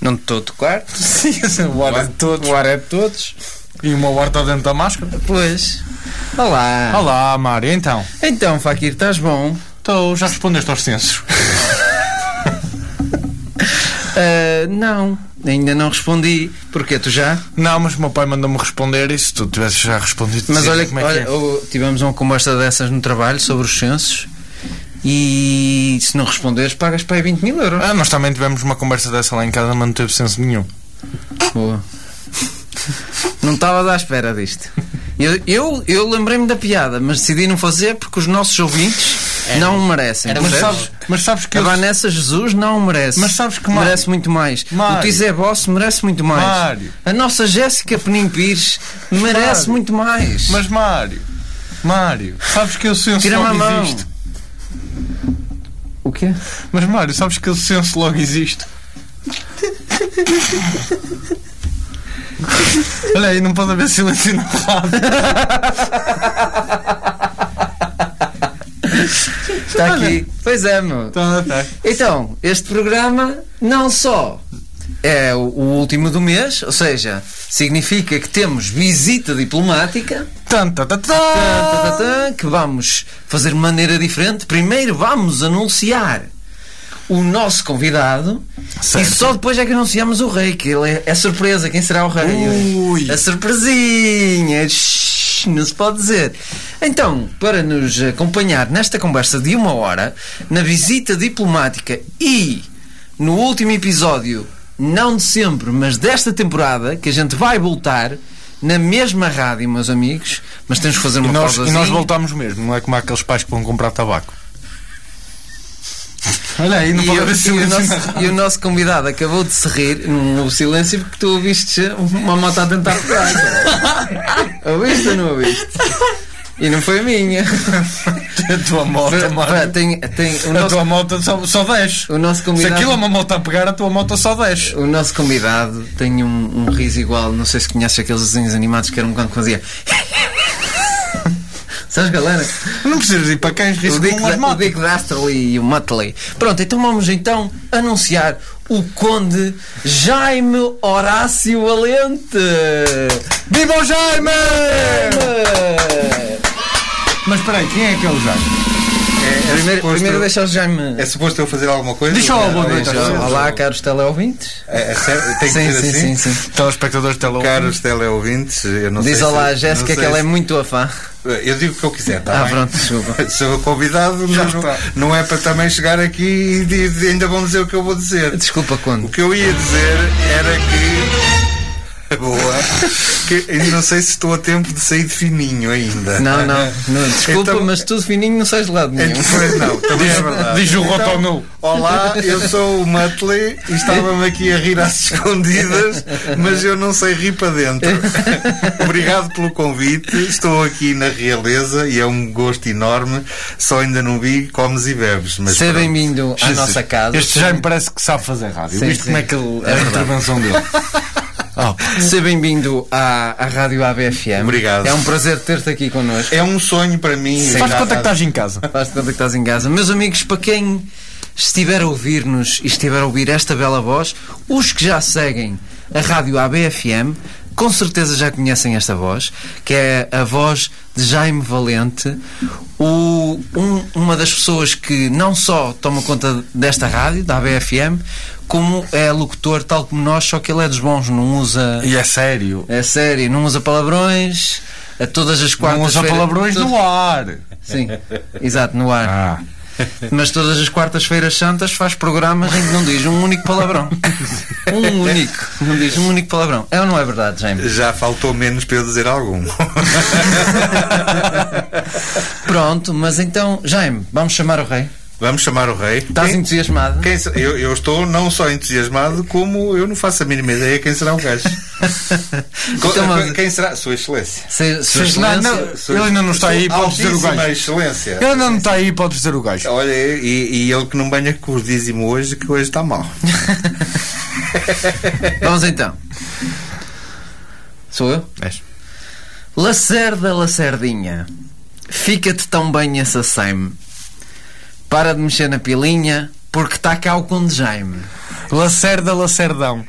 Não te estou a tocar. o ar é de todos. O ar é de todos. E uma horta dentro da máscara. Pois. Olá. Olá, Mário, então. Então, Fakir, estás bom? Então, já respondeste aos censos. Ah, não, ainda não respondi. Porquê tu já? Não, mas o meu pai mandou-me responder e se tu tivesses já respondido. Mas dizias olha, como é olha que é. oh, tivemos uma conversa dessas no trabalho sobre os censos e se não responderes pagas para aí 20 mil euros. Ah, nós também tivemos uma conversa dessa lá em casa, mas não teve senso nenhum. Boa. Não estavas à espera disto. Eu, eu, eu lembrei-me da piada, mas decidi não fazer porque os nossos ouvintes não o merecem. era Mas percebes? sabes, mas sabes que A eu. Vanessa Jesus não o merece. Mas sabes que merece muito mais. Mário. O Tizé Boss merece muito mais. Mário. A nossa Jéssica Penin Pires merece Mário. muito mais. Mas Mário, Mário, sabes que o censo Tira-me a logo mão. existe. O quê? Mas Mário, sabes que o censo logo existe. Olha aí, não pode haver silêncio na rádio. Está aqui. Pois é, meu. Então, tá. Então, este programa não só é o o último do mês, ou seja, significa que temos visita diplomática. Tan, tan, tan, Tan, tan. tan, tan, que vamos fazer de maneira diferente. Primeiro vamos anunciar o nosso convidado Certo. e só depois é que anunciamos o rei, que ele é, é surpresa, quem será o rei? Ui. A surpresinha! Shhh, Não se pode dizer. Então, para nos acompanhar nesta conversa de uma hora, na visita diplomática e no último episódio, não de sempre, mas desta temporada, que a gente vai voltar na mesma rádio, meus amigos, mas temos que fazer uma E nós, pausazinha. e nós voltámos mesmo, não é como aqueles pais que vão comprar tabaco. Olha aí, não E, pode eu- e haver o silêncio na nosso, rádio. e o nosso convidado acabou de se rir num num silêncio porque tu ouviste uma moto a tentar pegar. cara. ouviste ou não ouviste? E não foi minha. A tua moto, Vá- vá, tem, tem o, A nosso, tua moto só, só desce. o nosso Se aquilo é convidado. uma moto a pegar, a tua moto só desce. O nosso convidado tem um, um riso igual, não sei se conheces aqueles desenhos animados que era um cão que fazia. Sabes, galera? Não precisas ir para cães, O risco Dick, com as da, o motos. Dick Dastardly e o Muttley. Pronto, então vamos então anunciar o Conde Jaime Horácio Valente. Viva o Jaime! Mas espera aí, quem é que é o É Jaime? Primeiro, suposto- primeiro deixa o Jaime. É suposto eu fazer alguma coisa? Deixa eu- é, boa noite Deixa- às pessoas. Olá, caros teleouvintes. é sério? Tem que Sim, ser sim, assim? sim, sim. Então, Telespectadores de tele Caros teleouvintes, eu não Diz sei olá se, à Jéssica não que sei ela é muito a fã. se- Eu digo o que eu quiser, tá Ah, bem? pronto, desculpa. Sou convidado, Já mas não, está. não é para também chegar aqui e diz- ainda vão dizer o que eu vou dizer. Desculpa, O Conde. que eu ia dizer era que. Boa. Que eu não sei se estou a tempo de sair de fininho ainda. Não, não, não, desculpa, Então- mas tudo fininho não sais de lado nenhum. Então, pois não, também é verdade. Diz o Rotonu. Olá, eu sou o Muttley e estava-me aqui a rir às escondidas, mas eu não sei rir para dentro. Obrigado pelo convite, estou aqui na realeza e é um gosto enorme. Só ainda não vi comes e bebes. Mas Seja pronto. bem-vindo à nossa casa. Este Jaime parece que sabe fazer rádio. Sim, Viste sim. como é que É ele, a verdade. intervenção dele? Ah, pá. Seja bem-vindo à, à Rádio ABFM. Obrigado. É um prazer ter-te aqui connosco. É um sonho para mim. Faz conta que tá- estás em casa. Faz de conta que estás em casa. Meus amigos, para quem estiver a ouvir-nos e estiver a ouvir esta bela voz, os que já seguem a rádio ABFM, com certeza já conhecem esta voz, que é a voz de Jaime Valente, o- um- uma das pessoas que não só toma conta desta rádio, da ABFM, como é locutor, tal como nós, só que ele é dos bons, não usa. E é sério. É sério, não usa palavrões. A todas as quartas. Não usa palavrões no ar. Sim, exato, no ar. Ah. Mas todas as quartas-feiras santas faz programas em que não diz um único palavrão. Um único. Não diz um único palavrão. É ou não é verdade, Jaime? Já faltou menos para eu dizer algum. Pronto, mas então, Jaime, vamos chamar o rei. Vamos chamar o rei. Estás Quem- entusiasmado? quem se- eu, eu estou não só entusiasmado, como eu não faço a mínima ideia quem será o gajo. Co- Então, vamos- quem será? Sua Excelência. Se, Sua Sim, não, Excelência, não. Ele ainda não está aí, pode dizer o Altíssima gajo. excelência. Ele ainda não está aí, pode dizer o gajo. Olha, e, e ele que não banha com o dízimo hoje, que hoje está mal. Vamos então. Sou eu? És. Lacerda, Lacerdinha, fica-te tão bem essa Saime. Para de mexer na pilinha, porque está cá o Conde Jaime. Lacerda, Lacerdão.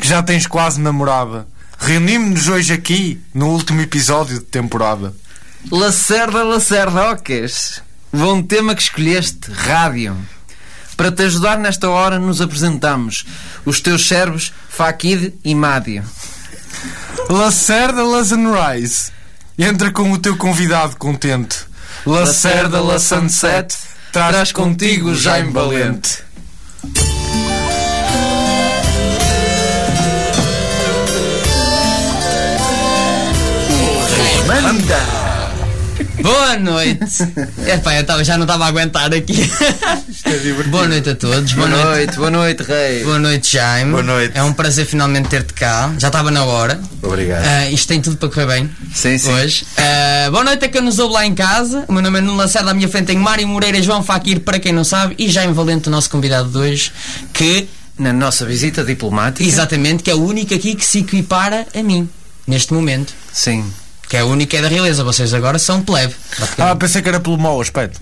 que já tens quase namorada. Reunimos-nos hoje aqui, no último episódio de temporada. Lacerda, Lacerdocas. Bom um tema que escolheste, rádio. Para te ajudar nesta hora, nos apresentamos os teus servos Faquid e Mádio. Lacerda Lazanrise. Entra com o teu convidado contente. Lacerda La Sunset. Traz contigo Jaime Valente. Boa noite! Epá, eu tava- já não estava a aguentar aqui. Isto é divertido. Boa noite a todos, boa Boa noite. noite, boa noite, Rei. Boa noite, Jaime. Boa noite. É um prazer finalmente ter-te cá. Já estava na hora. Obrigado. Ah, isto tem tudo para correr bem. Sim, sim. Hoje. Ah, boa noite a quem nos ouve lá em casa. O meu nome é Nuno Lacerda. À minha frente tenho Mário Moreira, João Faquir, para quem não sabe, e Jaime Valente, o nosso convidado de hoje, que, Na nossa visita diplomática. exatamente, que é o único aqui que se equipara a mim, neste momento. Sim. Que é o único que é da realeza. Vocês agora são plebe. Ah, pensei que era pelo mau aspecto.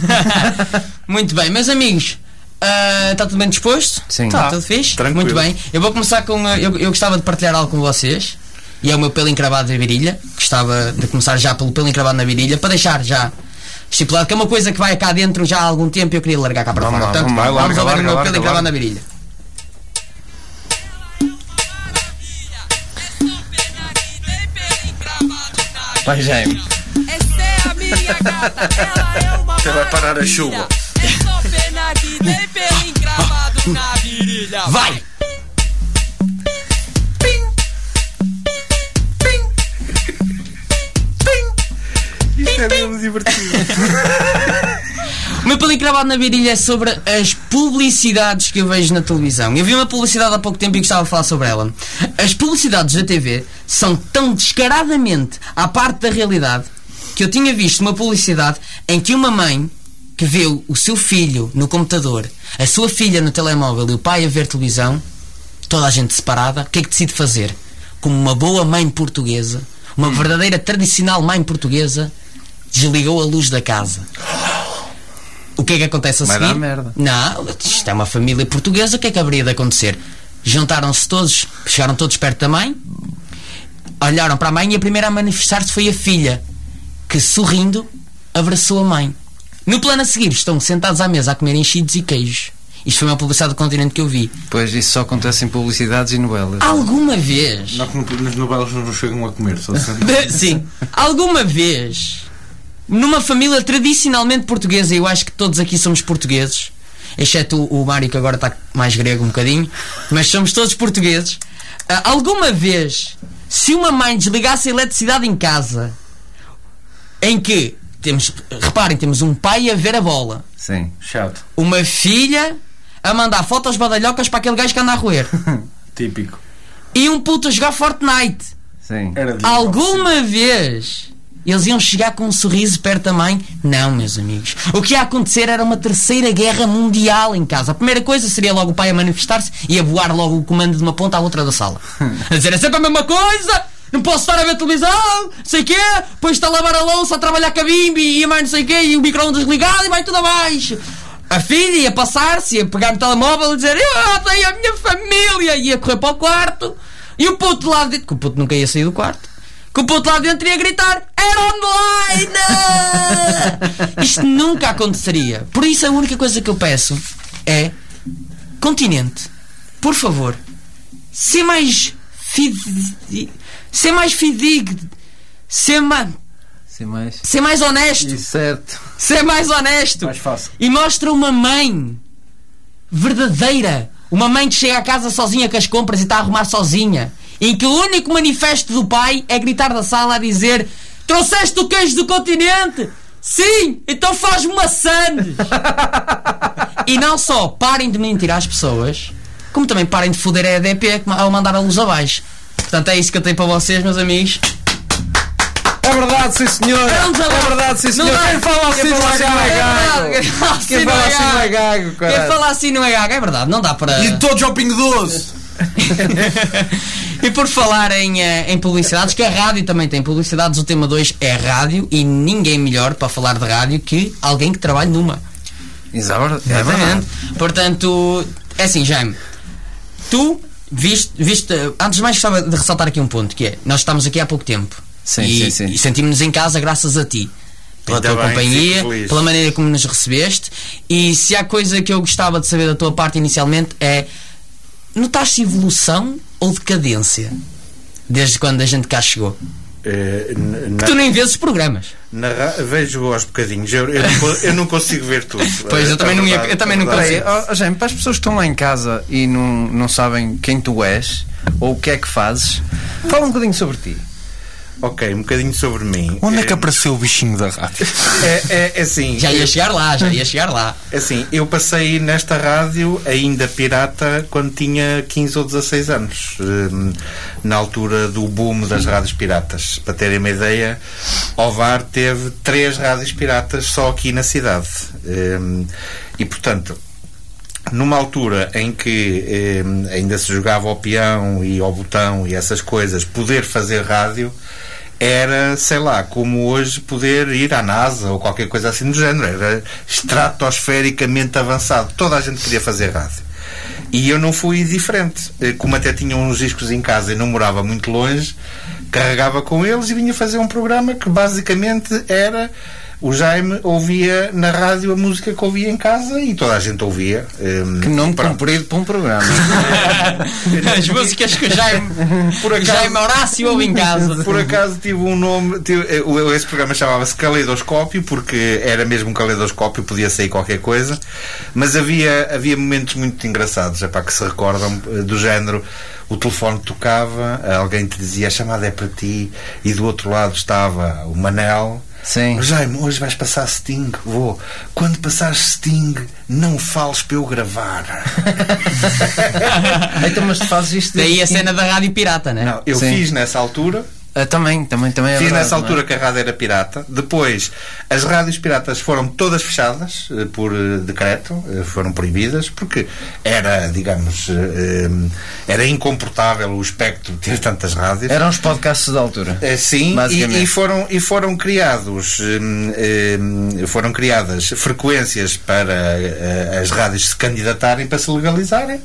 Muito bem, meus amigos. ah, Está tudo bem disposto? Sim. Está Tá. tudo fixe? Tranquilo. Muito bem. Eu vou começar com. ah, Eu, eu gostava de partilhar algo com vocês. E é o meu pelo encravado da virilha. Gostava de começar já pelo pelo encravado na virilha. Para deixar já estipulado que é uma coisa que vai cá dentro já há algum tempo e eu queria largar cá para Vamos fora. lá, Portanto, vamos lá, larga, ao larga, meu larga, pelo encravado larga. na virilha. Vai, Jaime. Essa é a minha gata, ela é uma Você vai parar a chuva. maravilha. É só pena que tem pelo encravado na virilha. Vai! Isto é mesmo divertido. O meu pelo encravado na virilha é sobre as publicidades que eu vejo na televisão. Eu vi uma publicidade há pouco tempo e gostava de falar sobre ela. As publicidades da TV são tão descaradamente à parte da realidade que eu tinha visto uma publicidade em que uma mãe que vê o seu filho no computador, a sua filha no telemóvel e o pai a ver televisão, toda a gente separada, o que é que decide fazer? Como uma boa mãe portuguesa, uma verdadeira tradicional mãe portuguesa, desligou a luz da casa. O que é que acontece a Vai dar seguir? merda. Não, isto é uma família portuguesa, o que é que haveria de acontecer? Juntaram-se todos, chegaram todos perto da mãe, olharam para a mãe e a primeira a manifestar-se foi a filha, que sorrindo abraçou a mãe. No plano a seguir, estão sentados à mesa a comer enchidos e queijos. Isto foi uma publicidade do continente que eu vi. Pois isso só acontece em publicidades e novelas. Alguma vez. Não, nos novelas não chegam a comer, só Sim. Alguma vez, numa família tradicionalmente portuguesa, e eu acho que todos aqui somos portugueses, exceto o o Mário que agora está mais grego um bocadinho, mas somos todos portugueses. ah, alguma vez, se uma mãe desligasse a eletricidade em casa, em que temos, reparem, temos um pai a ver a bola, Sim. Chato. uma filha a mandar fotos badalhocas para aquele gajo que anda a roer, Típico. e um puto a jogar Fortnite. Sim. Era de Alguma vez eles iam chegar com um sorriso perto da mãe? Não, meus amigos. O que ia acontecer era uma terceira guerra mundial em casa. A primeira coisa seria logo o pai a manifestar-se e a voar logo o comando de uma ponta à outra da sala. A dizer é sempre a mesma coisa! Não posso estar a ver televisão, não sei o quê, depois está a lavar a louça, a trabalhar com a bimbi e a mãe não sei o quê, e o micro-ondas ligado e vai tudo abaixo. A filha ia passar-se, ia pegar no telemóvel e dizer eu odeio a minha família, ia correr para o quarto e o puto lá dentro, que o puto nunca ia sair do quarto, que o puto lá dentro ia gritar Era online! Isto nunca aconteceria. Por isso a única coisa que eu peço é Continente, por favor, ser mais fide... ser mais fidigno, ser, ma... Sim, mais. ser mais honesto, Certo. ser mais honesto fácil. e mostra uma mãe verdadeira. Uma mãe que chega a casa sozinha com as compras e está a arrumar sozinha. Em que o único manifesto do pai é gritar da sala a dizer: Trouxeste o queijo do continente? Sim, então faz maçãs! e não só parem de mentir às pessoas, como também parem de foder a EDP ao mandar a luz abaixo. Portanto, é isso que eu tenho para vocês, meus amigos. É verdade, sim, senhor. Vamos lá. É verdade, sim, senhor. Não dá. Quem fala assim não Quem fala é assim não é gago. gago. Quem fala Quem assim não fala é assim não é gago. gago, Quem caralho. fala assim não é gago, é verdade, não dá para. E todos ao pingo doce. E por falar em, eh, em publicidades, que a rádio também tem publicidades, o tema 2 é rádio e ninguém melhor para falar de rádio que alguém que trabalhe numa. Exato. É Exatamente. verdade. Portanto, é assim, Jaime. Tu Viste, viste, antes de mais gostava de ressaltar aqui um ponto, que é, nós estamos aqui há pouco tempo. Sim, e, sim, sim. E sentimos-nos em casa graças a ti. Pela Ainda tua bem, companhia, fico feliz. pela maneira como nos recebeste. E se há coisa que eu gostava de saber da tua parte inicialmente é notaste evolução ou decadência? Desde quando a gente cá chegou. Eh, n- Que na- tu nem vês os programas. na ra- vejo aos bocadinhos. Eu, eu não, co- eu não consigo ver tudo. Pois, Eh, eu também é não ia- verdade, eu também não é consigo. verdade. Peraí, ó, ó, Jaime, para as pessoas que estão lá em casa e não, não sabem quem tu és ou o que é que fazes, fala um bocadinho sobre ti. Ok, um bocadinho sobre mim. Onde é que Eh, apareceu o bichinho da rádio? é, é, é assim, Já ia chegar lá, já ia chegar lá. assim, eu passei nesta rádio ainda pirata quando tinha 15 ou 16 anos, hum, na altura do boom das rádios piratas. Para terem uma ideia, Ovar teve três rádios piratas só aqui na cidade. Hum, E portanto, numa altura em que eh, ainda se jogava ao peão e ao botão e essas coisas, poder fazer rádio era, sei lá, como hoje poder ir à NASA ou qualquer coisa assim do género. Era estratosfericamente avançado. Toda a gente podia fazer rádio. E eu não fui diferente. Eh, Como até tinha uns discos em casa e não morava muito longe, carregava com eles e vinha fazer um programa que basicamente era. O Jaime ouvia na rádio a música que ouvia em casa e toda a gente ouvia. Hum, Que nome pronto. comprido para um programa. As músicas que o Jaime, Por acaso- Jaime Horácio ouve em casa. Por acaso tive um nome. Tive, eh, o- esse programa chamava-se Caleidoscópio, porque era mesmo um caleidoscópio, podia sair qualquer coisa. Mas havia, havia momentos muito engraçados, epá, que se recordam eh, do género. O telefone tocava, alguém te dizia a chamada é para ti, e do outro lado estava o Manel. Sim. Jaime, hoje vais passar Sting? Vou. Quando passares Sting, não fales para eu gravar. então, mas tu fazes isto. Daí a cena da Rádio Pirata, né? Não, eu Sim. fiz nessa altura, Ah, também, também, também é Fiz verdade, nessa não é? altura que a rádio era pirata. Depois, as rádios piratas foram todas fechadas eh, por eh, decreto, eh, foram proibidas, porque era, digamos, eh, eh, era incomportável o espectro de ter tantas rádios. Eram os podcasts da altura. Eh, Sim, Basicamente. e, e foram, e foram criados hum, hum, foram criadas frequências para eh, as rádios se candidatarem para se legalizarem.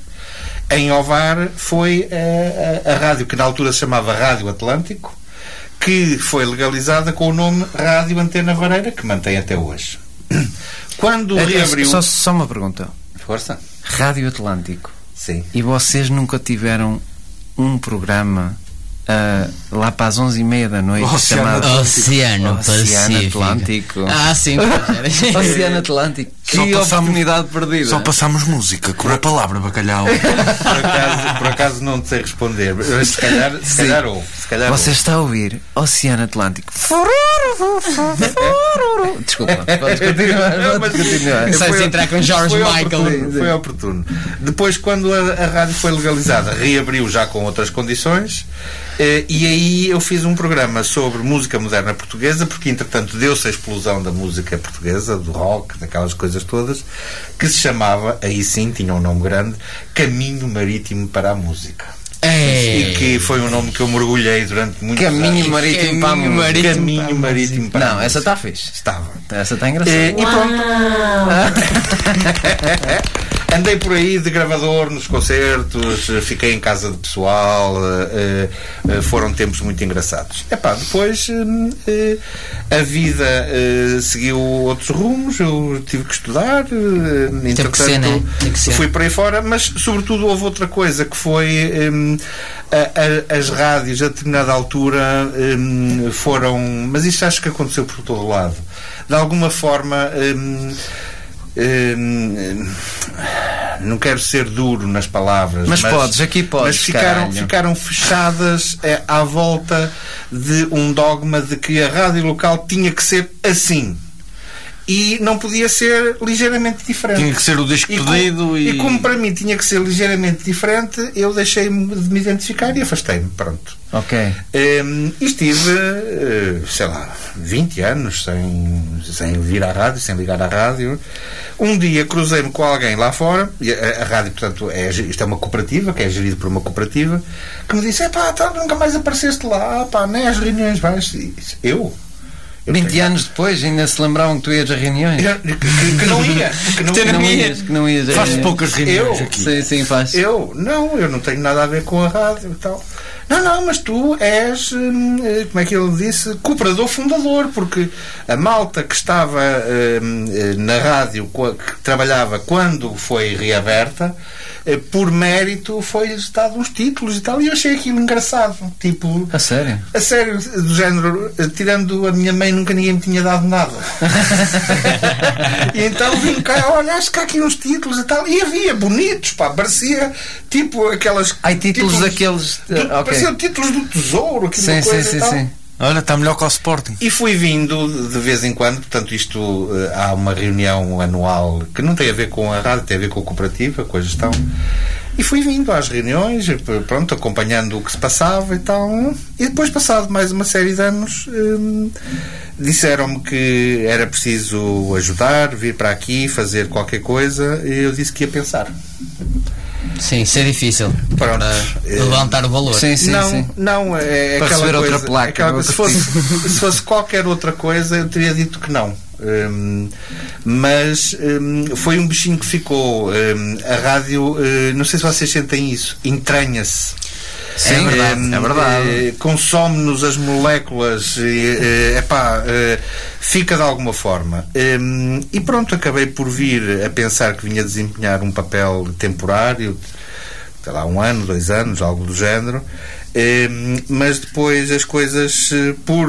Em Ovar foi eh, a, a rádio que na altura se chamava Rádio Atlântico, que foi legalizada com o nome Rádio Antena Vareira, que mantém até hoje. Quando É, é, reabriu. Só, só uma pergunta. Força? Rádio Atlântico. Sim. E vocês nunca tiveram um programa ah, lá para as 11h30 da noite Oceano chamado Oceano Oceano Pacífico. Atlântico. Ah, sim, pois era. Oceano Atlântico. Que Só passamos- oportunidade perdida. Só passámos música com a palavra bacalhau. Por acaso, por acaso não te sei responder, mas se calhar, se calhar houve. Se calhar Você está a ouvir Oceano Atlântico. Fururu, fururu. Desculpa, podes continuar. Não, mas- podes continuar. Começaste Foi a entrar com George Foi Michael. oportuno, foi oportuno. Depois, quando a, a rádio foi legalizada, reabriu já com outras condições. eh, e aí eu fiz um programa sobre música moderna portuguesa, porque entretanto deu-se a explosão da música portuguesa, do rock, daquelas coisas todas, que se chamava, aí sim, tinha um nome grande, Caminho Marítimo para a Música. E Ei. que foi um nome que eu mergulhei durante muito É. Caminho é Marítimo para a Caminho Música. Marítimo Caminho para a é Marítimo para a Não, essa Música. está fixe. Estava. Essa é está engraçada. Eh, e pronto. É. Andei por aí de gravador nos concertos, eh, fiquei em casa de pessoal, eh, eh, eh, foram tempos muito engraçados. Epá, depois eh, eh, a vida eh, seguiu outros rumos, eu tive que estudar, eh, entretanto ser, né? Tem que ser. fui por aí fora, mas sobretudo houve outra coisa que foi hum, a- a- as rádios a determinada altura hum, foram, mas isto acho que aconteceu por todo lado, de alguma forma. hum, hum, não quero ser duro nas palavras, Mas podes, aqui podes, Mas ficaram, caralho. ficaram fechadas eh, à volta de um dogma de que a rádio local tinha que ser assim e não podia ser ligeiramente diferente. Tinha que ser o disco E com- pedido e. e como para mim tinha que ser ligeiramente diferente, eu deixei-me de me identificar e afastei-me. Pronto. Ok. Hum, e estive, eh, sei lá, 20 anos sem, sem vir à rádio, sem ligar à rádio. Um dia cruzei-me com alguém lá fora, e a, a rádio, portanto, é, ge- isto é uma cooperativa, que é gerida por uma cooperativa, então que me disse: pá, nunca mais apareceste lá, pá, nem às reuniões vais. E disse, Eu? 20 anos depois ainda se lembravam que tu ias a reuniões. Eu- que, que- que não ia. Que não, Que não não ias, que não ias a Faz reuniões. poucas reuniões Eu? aqui. Sim, sim, faz. Eu? Não, eu não tenho nada a ver com a rádio e tal. Não, não, mas tu és, hum, eh, como é que ele disse, cooperador fundador, porque a malta que estava hum, eh, na rádio, co- que trabalhava quando foi reaberta, eh, por mérito foi-lhes dado uns títulos e tal, e eu achei aquilo engraçado. Tipo, A sério? a sério, do género, eh, tirando a minha mãe, nunca ninguém me tinha dado nada. e então vim cá, olha, acho que há aqui uns títulos e tal. E havia bonitos, pá, parecia tipo aquelas. Ai, títulos Tipo, daqueles. do- ah, ok. Pareciam títulos do tesouro, aqui Sim, uma sim, coisa e sim, tal. tá sim. Olha, está melhor que o Sporting. E fui vindo de vez em quando, portanto, isto eh, há uma reunião anual que não tem a ver com a rádio, tem a ver com a cooperativa, com a gestão. E fui vindo às reuniões, e, p- pronto, acompanhando o que se passava e tal. E depois, passado mais uma série de anos, hum, disseram-me que era preciso ajudar, vir para aqui, fazer qualquer coisa, e eu disse que ia pensar. Sim, isso é difícil. Pronto. Para Eh, levantar o valor. É. Sim, sim, não, sim. não, é Para aquela receber coisa, outra placa, aquela coisa. se, outro fosse, se fosse qualquer outra coisa, eu teria dito que não. Hum, mas hum, foi um bichinho que ficou. Hum, a rádio, eh, não sei se vocês sentem isso, entranha-se. Sim, é verdade, Hum, é verdade. eh, Consome-nos as moléculas, eh, eh, epá, eh, fica de alguma forma. Hum, e pronto, acabei por vir a pensar que vinha desempenhar um papel temporário, sei lá, um ano, dois anos, algo do género. Hum, mas depois as coisas, eh, por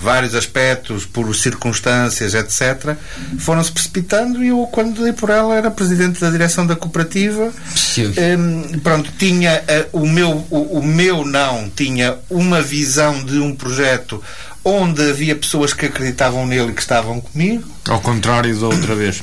vários aspectos, por circunstâncias, etc., foram-se precipitando. E eu, quando dei por ela, era presidente da direção da cooperativa. Sim. Hum, pronto, tinha eh, o, meu, o, o meu não tinha uma visão de um projeto onde havia pessoas que acreditavam nele e que estavam comigo. Ao contrário da outra vez.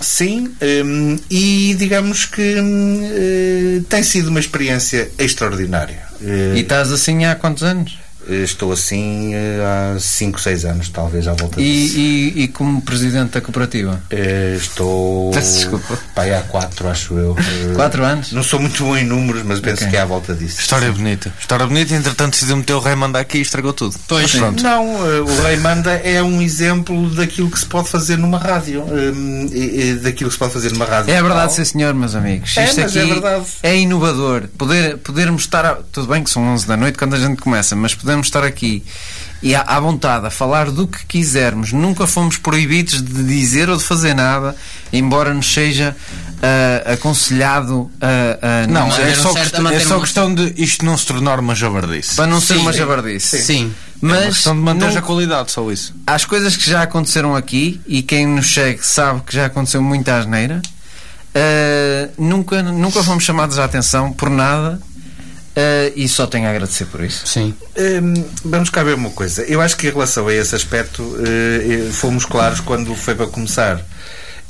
Sim, hum, e digamos que hum, eh, tem sido uma experiência extraordinária. Eh, E estás assim há quantos anos? Estou assim eh, há 5, 6 anos, talvez, à volta disso. E, e, e como presidente da cooperativa? Eh, Estou. Peço desculpa. Pai, há 4, acho eu. Eh, Quatro anos? Não sou muito bom em números, mas penso Ok. que é à volta disso. História bonita. História bonita, entretanto decidiu meter o rei mandar aqui e estragou tudo. Pois. Mas pronto. Não, eh, o Rei Manda é um exemplo daquilo que se pode fazer numa rádio. hum, e- e daquilo que se pode fazer numa rádio. É verdade, sim local. senhor, meus amigos. É, Isto mas aqui é verdade. é inovador. Poder, podermos estar. a- Tudo bem que são 11 da noite quando a gente começa, mas podemos estar aqui e à, à vontade a falar do que quisermos. Nunca fomos proibidos de dizer ou de fazer nada, embora nos seja ah, aconselhado a. a Não, nos- é manter um só, certo- questão- manter é só uma- questão de isto não se tornar uma jabardice. para não ser Sim. uma jabardice. Sim. É uma Mas questão de manter nunca- a qualidade, só isso. às coisas que já aconteceram aqui e quem nos segue sabe que já aconteceu muita asneira uh, nunca, nunca fomos chamados à atenção por nada uh, e só tenho a agradecer por isso Sim. Hum, vamos cá ver uma coisa. Eu acho que em relação a esse aspecto eh, eh, fomos claros quando foi para começar.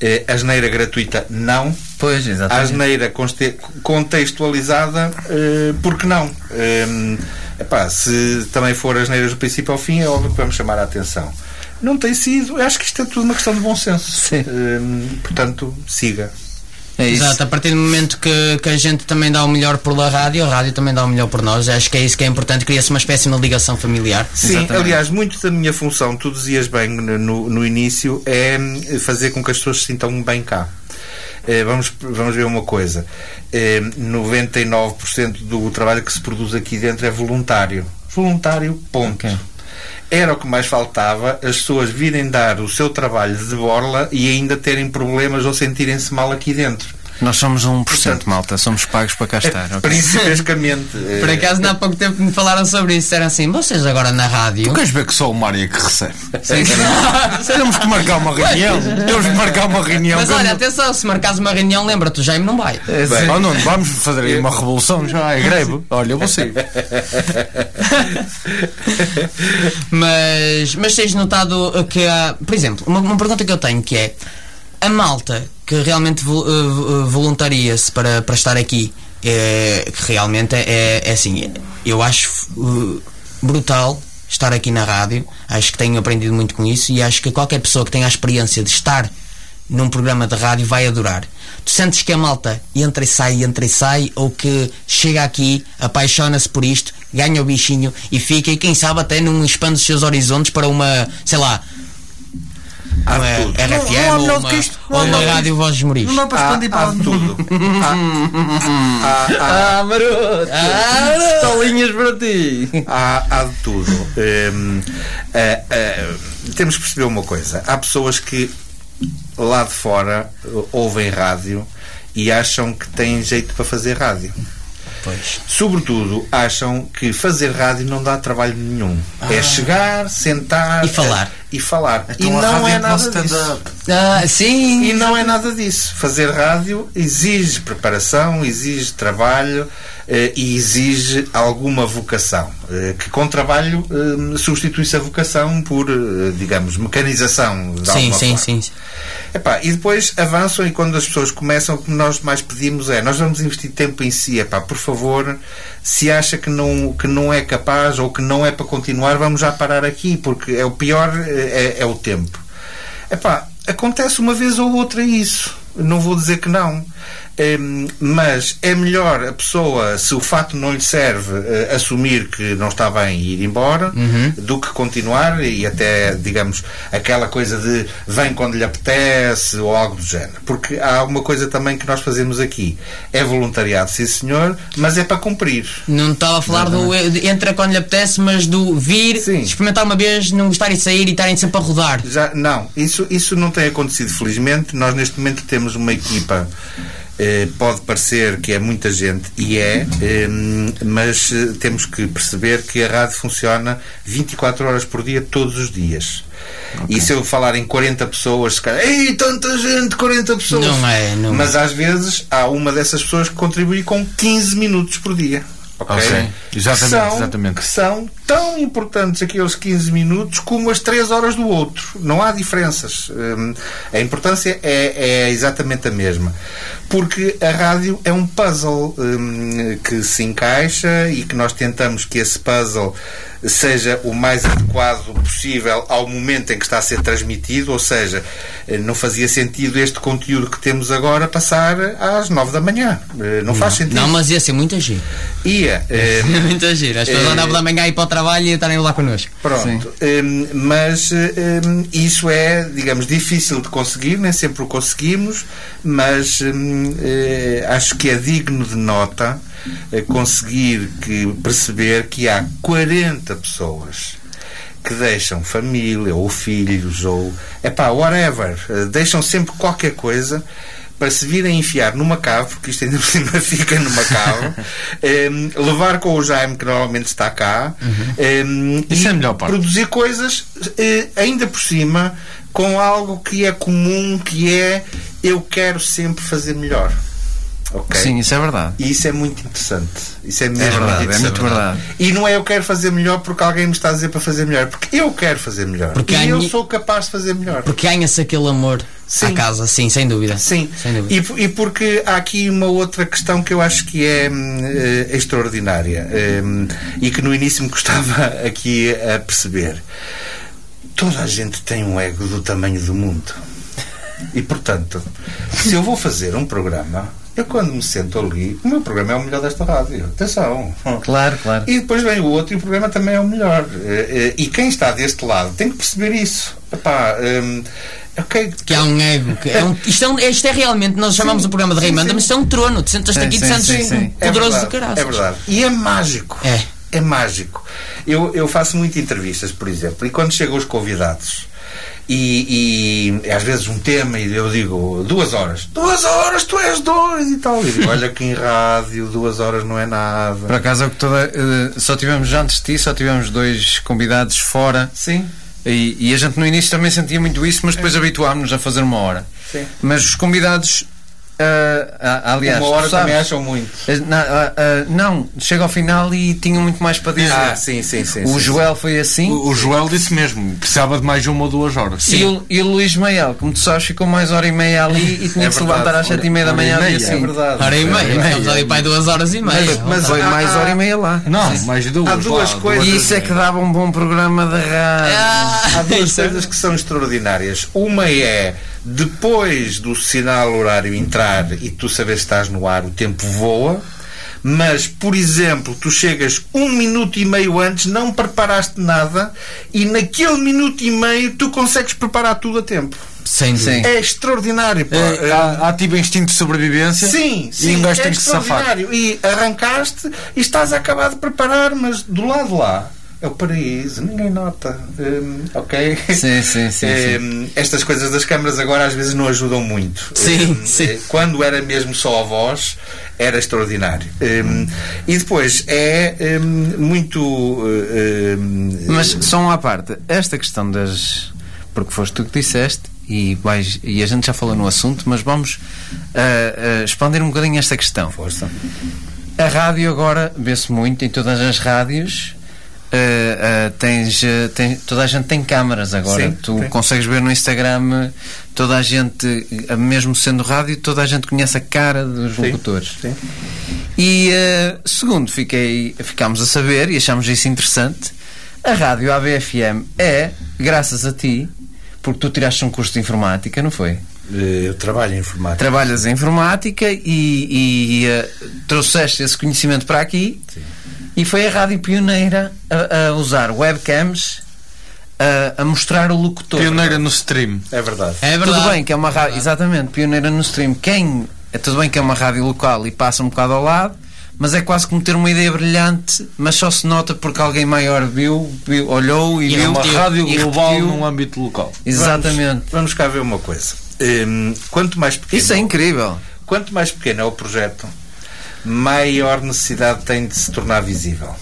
Eh, asneira gratuita, não. pois, asneira conste- contextualizada, eh, porque não? Eh, epá, se também for asneiras do princípio ao fim, é óbvio que vamos chamar a atenção. Não tem sido, eu acho que isto é tudo uma questão de bom senso. Sim. Eh, portanto, siga. é isso. Exato, a partir do momento que, que a gente também dá o melhor por la rádio, a rádio também dá o melhor por nós. Acho que é isso que é importante, cria-se uma espécie de ligação familiar. Sim, Exatamente. aliás, muito da minha função, tu dizias bem no, no início, é hum, fazer com que as pessoas se sintam bem cá. Eh, Vamos, vamos ver uma coisa. Eh, 99% do trabalho que se produz aqui dentro é voluntário. Voluntário, ponto. Ok. Era o que mais faltava, as pessoas virem dar o seu trabalho de borla e ainda terem problemas ou sentirem-se mal aqui dentro. nós somos 1% malta somos pagos para cá estar ok? Principescamente. eh, Por acaso, não há pouco tempo me falaram sobre isso. Disseram assim: vocês agora na rádio. Tu queres ver que só o Mário é que recebe? Sim. Temos que marcar uma reunião. Temos que marcar uma reunião. Mas que eu olha, não- atenção, se marcares uma reunião, lembra-te, o Jaime não vai. um É, sim. Oh, não, vamos fazer aí uma revolução já. É greve. Olha, eu vou sair. Mas, mas tens notado uh, que há. Por exemplo, uma, uma pergunta que eu tenho que é: a malta que realmente vo- uh, uh, voluntaria-se para, para estar aqui, é, que realmente é, é assim, eu acho uh, brutal estar aqui na rádio, acho que tenho aprendido muito com isso e acho que qualquer pessoa que tenha a experiência de estar num programa de rádio vai adorar. Tu sentes que a malta entra e sai, entra e sai, ou que chega aqui, apaixona-se por isto, ganha o bichinho e fica, e quem sabe até não expande os seus horizontes para uma, sei lá, Há uma de Não- tudo. não há RFM ou melhor do uma, que isto. Não ou há uma melhor do que rádio Vozes Moris. Não dá para Há, expandir para há de tudo. Há- há- Ah, maroto! Ah, Tolinhas para ti! Há, há de tudo. Hum, ah, ah, temos que perceber uma coisa. Há pessoas que lá de fora uh, ouvem rádio e acham que têm jeito para fazer rádio. Pois. Sobretudo, acham que fazer rádio não dá trabalho nenhum. É chegar, sentar E falar. E falar. Então e a não rádio é que não se nada tem disso. de- Ah, sim. E não é nada disso. Fazer rádio exige preparação, exige trabalho eh, e exige alguma vocação. eh, que com trabalho eh, substitui-se a vocação por, eh, digamos, mecanização de Sim, alguma sim, forma. sim, sim. Epá, e depois avançam e quando as pessoas começam, o que nós mais pedimos é nós vamos investir tempo em si, epá, por favor, se acha que não, que não é capaz ou que não é para continuar, vamos já parar aqui, porque é o pior eh, é, é o tempo. Epá, acontece uma vez ou outra isso, não vou dizer que não. Em, mas é melhor a pessoa, se o fato não lhe serve, eh, assumir que não está bem e ir embora, do que continuar e até, digamos, aquela coisa de vem quando lhe apetece ou algo do género. Porque há uma coisa também que nós fazemos aqui. É voluntariado, sim senhor, mas é para cumprir. Não estava a falar do de- entra quando lhe apetece, mas do vir, Sim. experimentar uma vez, não gostar e sair e estarem sempre a rodar. Já, não, isso, isso não tem acontecido, felizmente. Nós neste momento temos uma equipa. eh, pode parecer que é muita gente e é, eh, mas eh, temos que perceber que a rádio funciona 24 horas por dia, todos os dias. E se eu falar em 40 pessoas, se calhar, ei, tanta gente, 40 pessoas. Não é, não é. mas às vezes há uma dessas pessoas que contribui com 15 minutos por dia. ok? Ok, exatamente, Que são- exatamente. que são tão importantes aqueles 15 minutos como as 3 horas do outro. Não há diferenças. Hum, A importância é, é exatamente a mesma. Porque a rádio é um puzzle hum, que se encaixa e que nós tentamos que esse puzzle seja o mais adequado possível ao momento em que está a ser transmitido, ou seja, eh, não fazia sentido este conteúdo que temos agora passar às 9 da manhã. Eh, Não faz sentido. Não, mas ia ser muito agir. Ia. eh, muito agir. As pessoas É. andavam da manhã a ir para o trabalho e estarem lá connosco. Pronto, Hum, mas hum, isso é, digamos, difícil de conseguir, nem sempre o conseguimos, mas hum, eh, acho que é digno de nota eh, conseguir que, perceber que há 40 pessoas que deixam família ou filhos ou epá, whatever, eh, deixam sempre qualquer coisa para se virem enfiar numa cave, porque isto ainda por cima fica numa cave, em, levar com o Jaime, que normalmente está cá, hum, em, Isso e é a melhor parte. produzir coisas eh, ainda por cima com algo que é comum, que é eu quero sempre fazer melhor. Ok? Sim, isso é verdade. E isso é muito interessante. Isso é, mesmo É verdade, muito é muito interessante. verdade. E não é eu quero fazer melhor porque alguém me está a dizer para fazer melhor. Porque eu quero fazer melhor. Porque há e eu ni- sou capaz de fazer melhor. Porque ganha-se aquele amor Sim. à casa, sim, sem dúvida. Sim, Sem dúvida. e, po- e porque há aqui uma outra questão que eu acho que é hum, eh, extraordinária hum, e que no início me custava aqui a perceber. Toda a gente tem um ego do tamanho do mundo. E portanto, se eu vou fazer um programa, eu quando me sento ali, o meu programa é o melhor desta rádio. Atenção. Claro, claro. E depois vem o outro e o programa também é o melhor. Eh, eh, E quem está deste lado tem que perceber isso. Epá, hum, ok, Que há um ego. Que é um, isto, é um- isto é realmente, nós chamamos o programa de sim, Raymond, sim. mas isto é um trono. Tu sentas-te Sim, aqui e te sim, sentes um sim, sim. É poderoso verdade, de caralho. É verdade. E é mágico. É. É mágico. Eu, eu faço muito entrevistas, por exemplo, e quando chegam os convidados. E, e às vezes um tema e eu digo duas horas, duas horas, tu és dois e tal. E digo, olha que em rádio, duas horas não é Por nada. acaso é o que toda. eh, só tivemos antes de ti, só tivemos dois convidados fora. Sim, É. E, e a gente no início também sentia muito isso, mas depois habituámos-nos a fazer uma hora. Sim. Mas os convidados. ah, ah, aliás, uma tu hora sabes, também é. acham muito. eh, na- ah, ah, não, chega ao final e tinha muito mais para dizer. Ah, sim, sim, sim. o sim, Joel foi assim O o Joel disse mesmo, precisava de mais uma ou duas horas. e o, e o Luís Maiel, como tu sabes, ficou mais hora e meia ali e tinha É de se verdade. levantar às sete e meia da Hora e manhã meia, e sim. assim. É verdade. Hora e meia. meia. Estamos ali para aí duas horas e meia. Mas- mas- Foi Há- mais há- hora e meia lá. Não, mais duas. Há duas vá, coisas. E isso é que dava um bom programa de rádio. Ah, Há duas isso é- coisas que são extraordinárias. Uma é Depois do sinal horário entrar e tu saberes que estás no ar, o tempo voa. Mas, por exemplo, tu chegas um minuto e meio antes, não preparaste nada e naquele minuto e meio tu consegues preparar tudo a tempo. Sem Sim. dúvida. É extraordinário, pá. É, há, há tipo instinto de sobrevivência. Sim, sim, E um gajo é tem que se safar. extraordinário. E arrancaste e estás a acabar de preparar, mas do lado lá é o paraíso, ninguém nota. Hum, ok? Sim, sim, sim, Hum, Estas coisas das câmaras agora às vezes não ajudam muito. Sim, Hum, sim. eh, Quando era mesmo só a voz, era extraordinário. Hum, e depois é hum, muito. eh, hum, Mas só uma à parte, esta questão das. Porque foste tu que disseste e, vais, e a gente já falou no assunto, mas vamos ah, ah, expandir um bocadinho esta questão. Força. A rádio agora vê-se muito em todas as rádios. ah, ah, tens, ah, tem- toda a gente tem câmaras agora. Sim, tu sim. consegues ver no Instagram ah, toda a gente, ah, mesmo sendo rádio, toda a gente conhece a cara dos locutores. sim. E eh, segundo fiquei, ficámos a saber e achámos isso interessante, a rádio ABFM é, graças a ti, porque tu tiraste um curso de informática, não foi? Eh, Eu trabalho em informática. Trabalhas em informática e, e, eh, trouxeste esse conhecimento para aqui e foi a rádio pioneira a, a usar webcams a, a mostrar o locutor. Pioneira no stream. É verdade. É verdade. Tudo bem que é uma rádio, exatamente, pioneira no stream. Quem é tudo bem que é uma rádio local e passa um bocado ao lado, mas é quase como ter uma ideia brilhante, mas só se nota porque alguém maior viu, viu- olhou e, E viu Uma repetiu, rádio e global repetiu. num âmbito local. Exatamente. Vamos, vamos cá ver uma coisa. Hum, quanto mais pequeno, Isso é incrível. quanto mais pequeno é o projeto, maior necessidade tem de se tornar visível.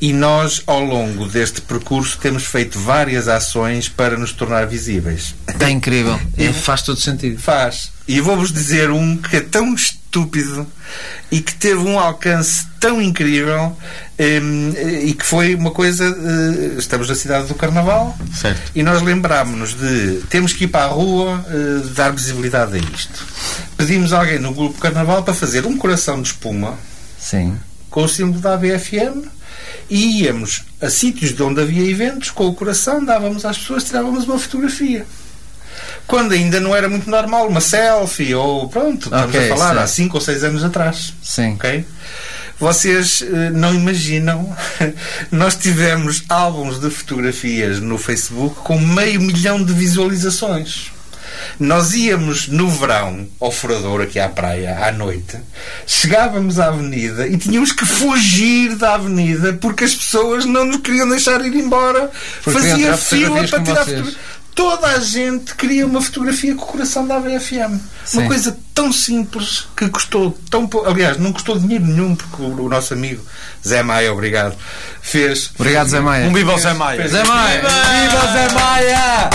E nós, ao longo deste percurso, temos feito várias ações para nos tornar visíveis. É incrível. E faz todo sentido. Faz. E vou-vos dizer um que é tão estúpido e que teve um alcance tão incrível hum, e que foi uma coisa. eh, estamos na cidade do Carnaval Certo. e nós lembrámos-nos de temos que ir para a rua eh, dar visibilidade a isto. Pedimos a alguém no grupo Carnaval para fazer um coração de espuma Sim. com o símbolo da ABFM e íamos a sítios de onde havia eventos com o coração, dávamos às pessoas, tirávamos uma fotografia. Quando ainda não era muito normal, uma selfie ou pronto, estamos Ok, a falar há sim. 5 ou 6 anos atrás. Sim. Ok? Vocês eh, não imaginam, nós tivemos álbuns de fotografias no Facebook com meio milhão de visualizações. Nós íamos no verão ao furador aqui à praia, à noite, chegávamos à avenida e tínhamos que fugir da avenida porque as pessoas não nos queriam deixar ir embora. Porque queriam tirar Fazia fila fotografias para com tirar vocês. fotografias. Toda a gente queria uma fotografia com o coração da ABFM. Sim. Uma coisa tão simples que custou tão pouco. Aliás, não custou dinheiro nenhum, porque o, o nosso amigo Zé Maia, obrigado, fez. Obrigado, Zé Maia. Um viva ao Zé Maia. Zé Maia! Viva Zé Maia!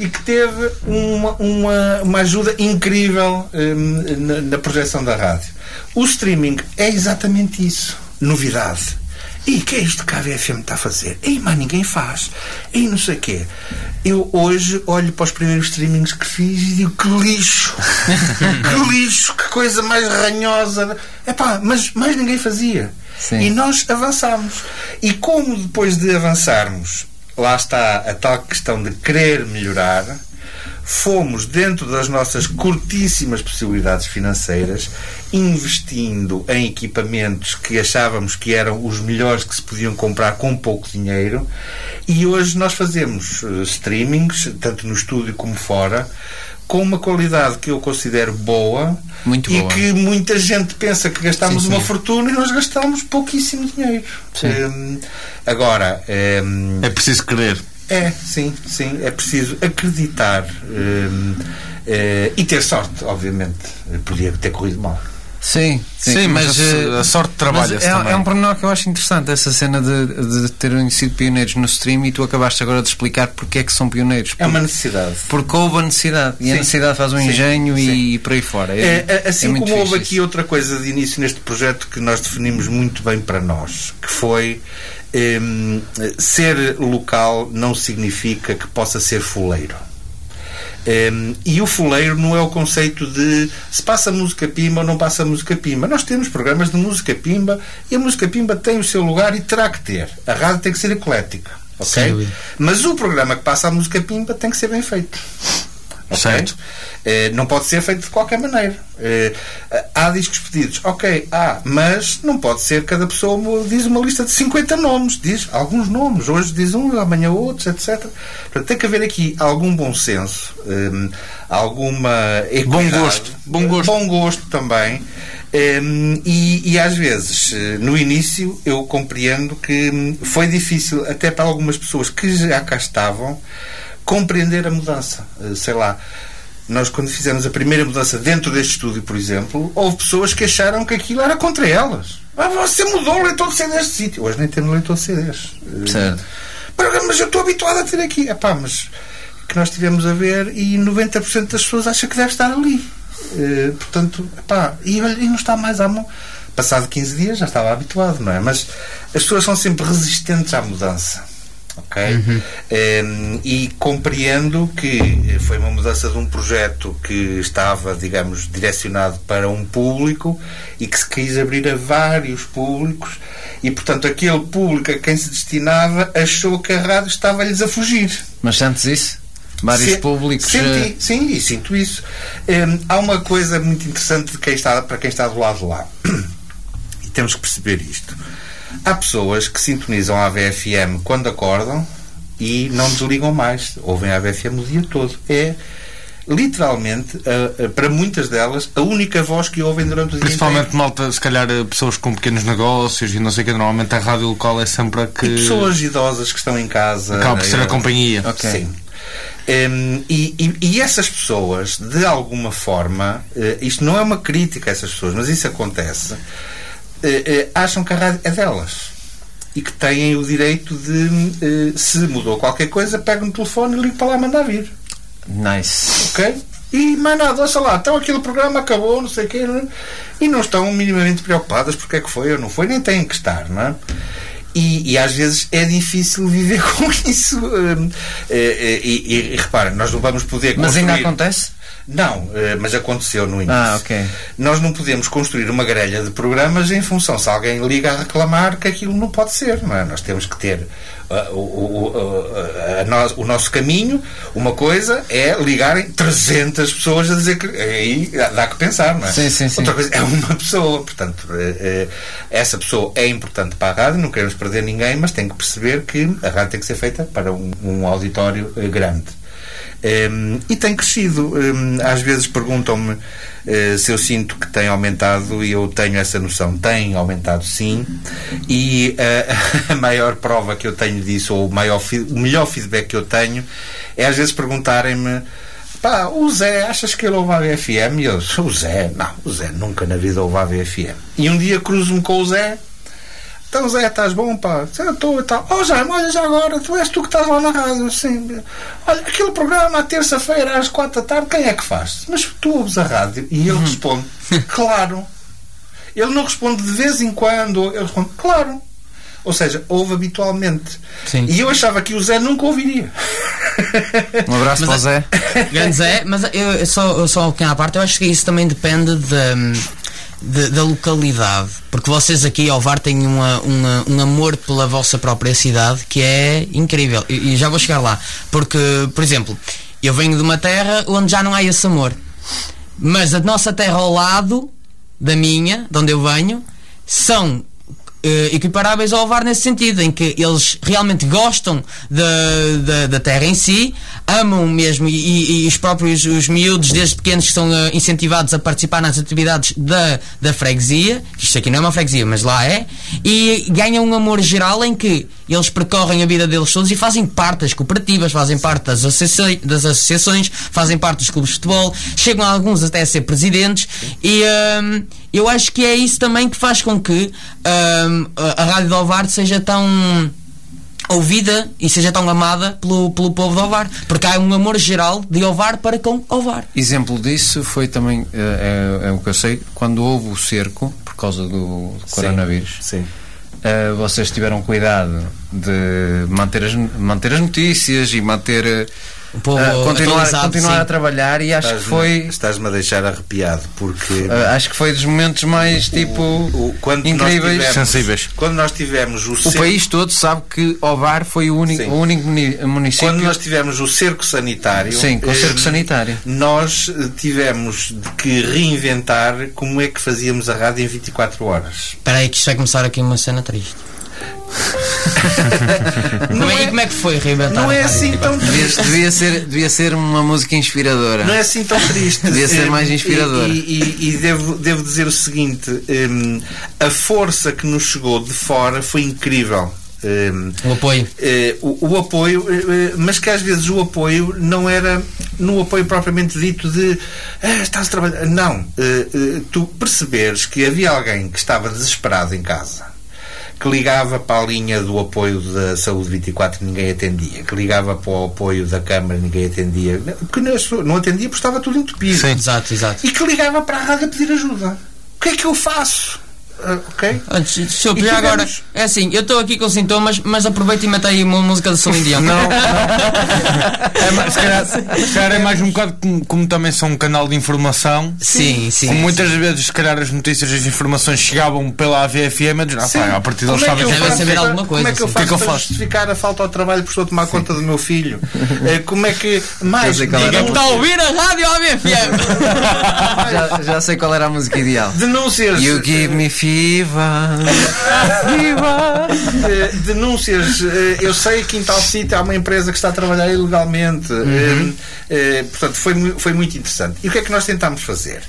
E que teve uma, uma, uma ajuda incrível hum, na, na projeção da rádio. O streaming é exatamente isso. Novidade. E que é isto que a ABFM está a fazer? Ei, mas ninguém faz. Ei, não sei o quê. Eu hoje olho para os primeiros streamings que fiz e digo que lixo. que lixo, que coisa mais ranhosa. Epá, mas mais ninguém fazia. Sim. E nós avançámos. E como depois de avançarmos, lá está a tal questão de querer melhorar, fomos dentro das nossas curtíssimas possibilidades financeiras investindo em equipamentos que achávamos que eram os melhores que se podiam comprar com pouco dinheiro e hoje nós fazemos eh, streamings tanto no estúdio como fora com uma qualidade que eu considero boa Muito e boa. que que muita gente pensa que gastámos Sim, uma sim. fortuna e nós gastámos pouquíssimo dinheiro. Hum, agora, hum, É preciso querer. é, sim, sim, é preciso acreditar hum, eh, e ter sorte, obviamente. Podia ter corrido mal. Sim, Sim, mas, a, eh, a sorte Mas trabalha-se é, também. é um pormenor que eu acho interessante, essa cena de, de terem sido pioneiros no stream e tu acabaste agora de explicar porque é que são pioneiros. É uma necessidade. Porque houve a necessidade. E a Sim. necessidade faz um Sim. engenho Sim. E, por aí fora. É, é, assim é muito como houve fixe aqui isso. outra coisa de início neste projeto que nós definimos muito bem para nós, que foi hum, ser local não significa que possa ser fuleiro. Hum, e o fuleiro não é o conceito de se passa música pimba ou não passa música pimba. Nós temos programas de música pimba e a música pimba tem o seu lugar e terá que ter. A rádio tem que ser eclética. ok? Sem dúvida. Mas o programa que passa a música pimba tem que ser bem feito. Certo. Eh, não pode ser feito de qualquer maneira. Eh, há discos pedidos, ok, há, mas não pode ser. Cada pessoa mu- diz uma lista de 50 nomes, diz alguns nomes. Hoje diz uns, amanhã outros, etc. Portanto, tem que haver aqui algum bom senso, eh, alguma equidade, gosto, bom gosto. bom gosto também. Hum, e, e às vezes, eh, no início, eu compreendo que hum, foi difícil, até para algumas pessoas que já cá estavam, compreender a mudança. Eh, Sei lá, nós quando fizemos a primeira mudança dentro deste estúdio, por exemplo, houve pessoas que acharam que aquilo era contra elas. Ah, você mudou o leitor de CDs deste sítio. Hoje nem temos leitor de CDs. Eh, Certo. mas mas eu estou habituado a ter aqui. Epá, mas que nós estivemos a ver e 90% das pessoas acha que deve estar ali. Eh, portanto, epá, e, olha, e não está mais à mão. Passado 15 dias já estava habituado, não é? Mas as pessoas são sempre resistentes à mudança. Ok? Eh, e compreendo que foi uma mudança de um projeto que estava, digamos, direcionado para um público e que se quis abrir a vários públicos e, portanto, aquele público a quem se destinava achou que a rádio estava-lhes a fugir. Mas antes isso, vários Se- públicos. Senti, eh, sim, e sinto isso. Hum, há uma coisa muito interessante de quem está, para quem está do lado de lá. E temos que perceber isto. Há pessoas que sintonizam a AVFM quando acordam e não desligam mais. Ouvem a AVFM o dia todo. É literalmente, a- a- para muitas delas, a única voz que ouvem durante o dia inteiro. Principalmente malta, se calhar eh, pessoas com pequenos negócios e não sei o que, normalmente a rádio local é sempre a que E pessoas idosas que estão em casa. acaba por ser Ah, a é. eh, companhia. Sim. Hum, e, e- e essas pessoas, de alguma forma, eh, isto não é uma crítica a essas pessoas, mas isso acontece, eh, eh, acham que a rádio é delas. E que têm o direito de, eh, se mudou qualquer coisa, pegam no telefone e ligam para lá mandar vir. Nice. Ok? E mais nada, ouça lá, então aquele programa acabou, não sei o quê, não- é? e não estão minimamente preocupadas porque é que foi ou não foi, nem têm que estar, não é? E, e às vezes é difícil viver com isso. hum, eh, eh, E, e, e repara, nós não vamos poder Mas ainda construir- acontece? Não, eh, mas aconteceu no início. Ah, ok. Nós não podemos construir uma grelha de programas em função se alguém liga a reclamar que aquilo não pode ser, não é? Nós temos que ter ah, o, o- o- a nós- o nosso caminho. Uma coisa é ligarem 300 pessoas a dizer que. Aí dá que pensar, não é? Sim, sim, sim. Outra coisa é uma pessoa, portanto, eh, eh, essa pessoa é importante para a rádio, não queremos perder ninguém, mas tem que perceber que a rádio tem que ser feita para um, um auditório eh, grande. Hum, e tem crescido. Hum, às vezes perguntam-me eh, se eu sinto que tem aumentado e eu tenho essa noção. Tem aumentado, sim. E eh, a maior prova que eu tenho disso, ou o, maior fi- o melhor feedback que eu tenho, é às vezes perguntarem-me. Pá, o Zé, achas que ele ouve a VFM? E eu, o Zé, não, o Zé nunca na vida ouve a VFM. E um dia cruzo-me com o Zé então Zé, estás bom, pá? Zé, estou e tal. Oh, Jaime, olha já agora, tu és tu que estás lá na rádio, assim. Olha, aquele programa à terça-feira às quatro da tarde, quem é que faz? Mas tu ouves a rádio? E ele responde, claro. Ele não responde de vez em quando, ele responde, claro. Ou seja, ouve habitualmente. Sim. E eu achava que o Zé nunca ouviria. Um abraço Mas para o a- Zé. Grandes é, mas eu, eu só, eu só um bocadinho à parte, eu acho que isso também depende de, de- da localidade. Porque vocês aqui ao VAR têm uma, uma- um amor pela vossa própria cidade que é incrível. E, e já vou chegar lá. Porque, por exemplo, eu venho de uma terra onde já não há esse amor. Mas a nossa terra ao lado da minha, de onde eu venho, são eh, equiparáveis ao VAR nesse sentido, em que eles realmente gostam da, da, da terra em si, amam mesmo e, e- e os próprios os miúdos desde pequenos que são eh, incentivados a participar nas atividades da, da freguesia, que isto aqui não é uma freguesia, mas lá é, e ganham um amor geral em que eles percorrem a vida deles todos e fazem parte das cooperativas, fazem parte das, associa- das associações, fazem parte dos clubes de futebol, chegam alguns até a ser presidentes e hum, eu acho que é isso também que faz com que hum, a a Rádio de Alvar seja tão ouvida e seja tão amada pelo, pelo povo de Alvar, porque há um amor geral de Alvar para com Alvar. Exemplo disso foi também, eh, é, é o que eu sei, quando houve o cerco, por causa do coronavírus, Sim. eh, vocês tiveram cuidado de manter as, manter as notícias e manter eh, O povo ah, continuar, atualizado, continuar a sim. trabalhar e acho que Estás-me- foi. Estás-me a deixar arrepiado, porque. ah, acho que foi dos momentos mais tipo o- quando nós incríveis. tivemos- Sensíveis. Quando nós tivemos o, O cerco, país todo sabe que Ovar foi o único, Sim. o único muni- município. Quando nós tivemos o cerco sanitário. Sim, com o cerco eh, sanitário. Nós eh, tivemos de que reinventar como é que fazíamos a rádio em 24 horas. Espera aí que isto vai começar aqui uma cena triste. como, é, e como é que foi reinventar? Não a é rádio? assim tão Tá Devia, triste. devia ser, devia ser uma música inspiradora. Não é assim tão triste. Devia ser Eh, mais inspirador. E, e- e devo, devo dizer o seguinte: em, a força que nos chegou de fora foi incrível. Em, O apoio. eh, o, o apoio, eh, eh, mas que às vezes o apoio não era no apoio propriamente dito de "Ah, estás a trabalhar. Não. Eh, eh, tu perceberes que havia alguém que estava desesperado em casa. Que ligava para a linha do apoio da Saúde 24 ninguém atendia. Que ligava para o apoio da Câmara ninguém atendia. Porque não- não atendia porque estava tudo entupido Exato, exato. e que ligava para a rádio a pedir ajuda. O que é que eu faço? Ah, ok? Antes, se eu E já agora, tivemos- é assim, eu estou aqui com sintomas, mas aproveita e mete aí uma música de Celine Dion. Não. É mais- se, calhar, se calhar é mais um bocado como, como também são um canal de informação. Sim, sim. como muitas vezes, se calhar, as notícias e as informações chegavam pela AVFM, eu disse, Sim. ah, pá, a partir Como deles é que sabem eu que Devem faço saber para- alguma coisa, Como é que eu sim. faço O que é que eu para faço? justificar a falta ao trabalho por estou a tomar conta do meu filho? Eh, como é que. Eu Mais. sei qual era digam- a Está a ouvir a rádio ABFM? Já, já sei qual era a música ideal. Denúncias. You give me fever. eh, denúncias. eh, eu sei que em tal sítio há uma empresa que está a trabalhar ilegalmente. Eh, eh, portanto, foi, mu- foi muito interessante. E o que é que nós tentámos fazer?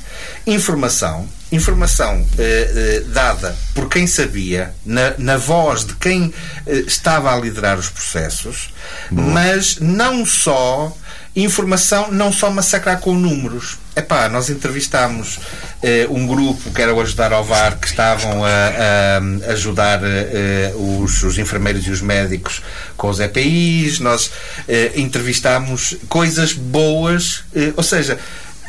Informação. Informação eh, eh, dada por quem sabia, na, na voz de quem eh, estava a liderar os processos, mas não só informação, não só massacrar com números. Epá, nós entrevistámos eh, um grupo que era o Ajudar ao VAR, que estavam a, a ajudar eh, eh, os, os enfermeiros e os médicos com os EPIs, nós eh, entrevistámos coisas boas, eh, ou seja,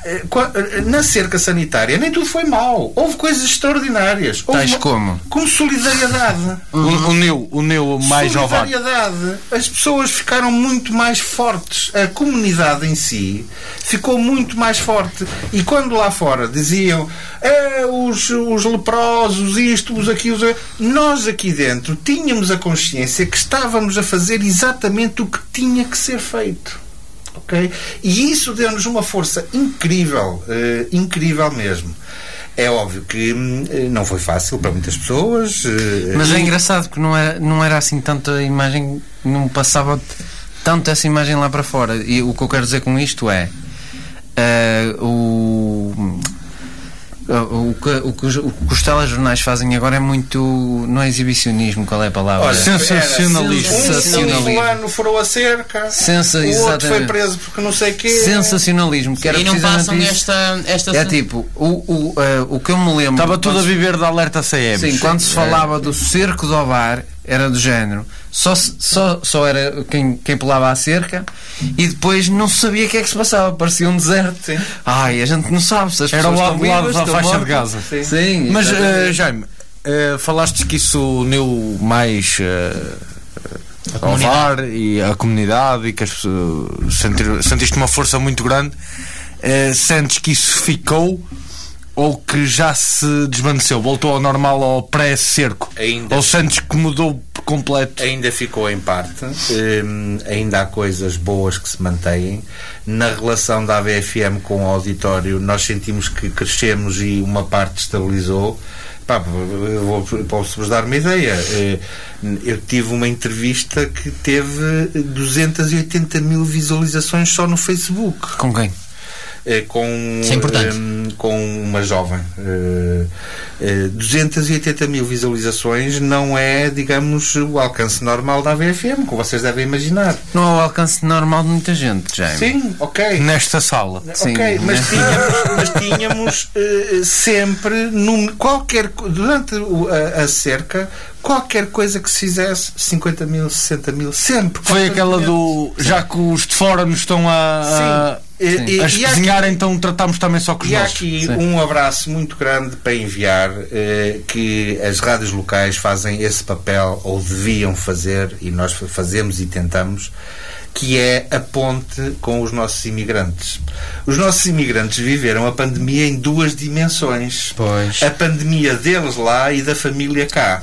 eh, qua- eh, na cerca sanitária nem tudo foi mal, houve coisas extraordinárias. Houve Tais como? Com solidariedade. Un- uniu, uniu mais ao VAR. Solidariedade. As pessoas ficaram muito mais fortes. A comunidade em si ficou muito mais forte. E quando lá fora diziam "Eh, os, os leprosos, isto, os aqui, os... a-", Nós aqui dentro tínhamos a consciência que estávamos a fazer exatamente o que tinha que ser feito. ok? E isso deu-nos uma força incrível, eh, incrível mesmo. É óbvio que hum, eh, não foi fácil para muitas pessoas. eh, Mas é engraçado que não era, não era assim tanta imagem, não passava tanto essa imagem lá para fora. E o que eu quero dizer com isto é eh, o. eh, O que, o, que os, o que os telejornais fazem agora é muito. Não é exibicionismo, qual é a palavra? Olha, Sensacionalismo. Era Um sensacionalismo. fulano furou a cerca, Sensa- o outro foi exatamente. preso porque não sei quê. Sensacionalismo, que era e não precisamente passam isso. esta, esta É sen- tipo, o, o, eh, o que eu me lembro. Estava tudo a quando viver da alerta CM. Sim, quando eh, se falava do cerco do Ovar, era do género. Só, se- só, só era quem, quem pulava a cerca e depois não se sabia o que é que se passava, parecia um deserto. Sim. um Ai, a gente não sabe se as Era o pessoas lado, estão o lado vivas, da estão faixa de mortas. Gaza. Sim, Sim Mas, exatamente. eh, Jaime, eh, falaste que isso uniu mais eh, ao VAR e a comunidade e que as pessoas sentir- sentiste uma força muito grande. Eh, sentes que isso ficou ou que já se desvaneceu? Voltou ao normal, ao pré-cerco? Ainda. Ou sentes que mudou por completo? Ainda ficou em parte, hum, ainda há coisas boas que se mantêm. Na relação da ABFM com o auditório, nós sentimos que crescemos e uma parte estabilizou. Pá, eu vou- Posso-vos dar uma ideia. Eh, Eu tive uma entrevista que teve 280 mil visualizações só no Facebook. Com quem? eh, com, Isso é importante. eh, com uma jovem. Eh, eh, 280 mil visualizações não é, digamos, o alcance normal da AVFM, como vocês devem imaginar. Não é o alcance normal de muita gente, É. Jaime. Sim, ok. Nesta sala. Sim. né? Ok, mas tínhamos, mas tínhamos, eh, sempre num, qualquer co- durante o- a, a cerca qualquer coisa que se fizesse 50 mil, 60 mil, sempre. Foi aquela constantemente. do. Já que os de fora nos estão a, Sim. a, E- e- a e há espezinhar, então tratamos também só com os E há nossos. aqui Sim. um abraço muito grande para enviar eh, que as rádios locais fazem esse papel ou deviam fazer e nós fa- fazemos e tentamos que é a ponte com os nossos imigrantes. Os nossos imigrantes viveram a pandemia em duas dimensões. Pois. A pandemia deles lá e da família cá.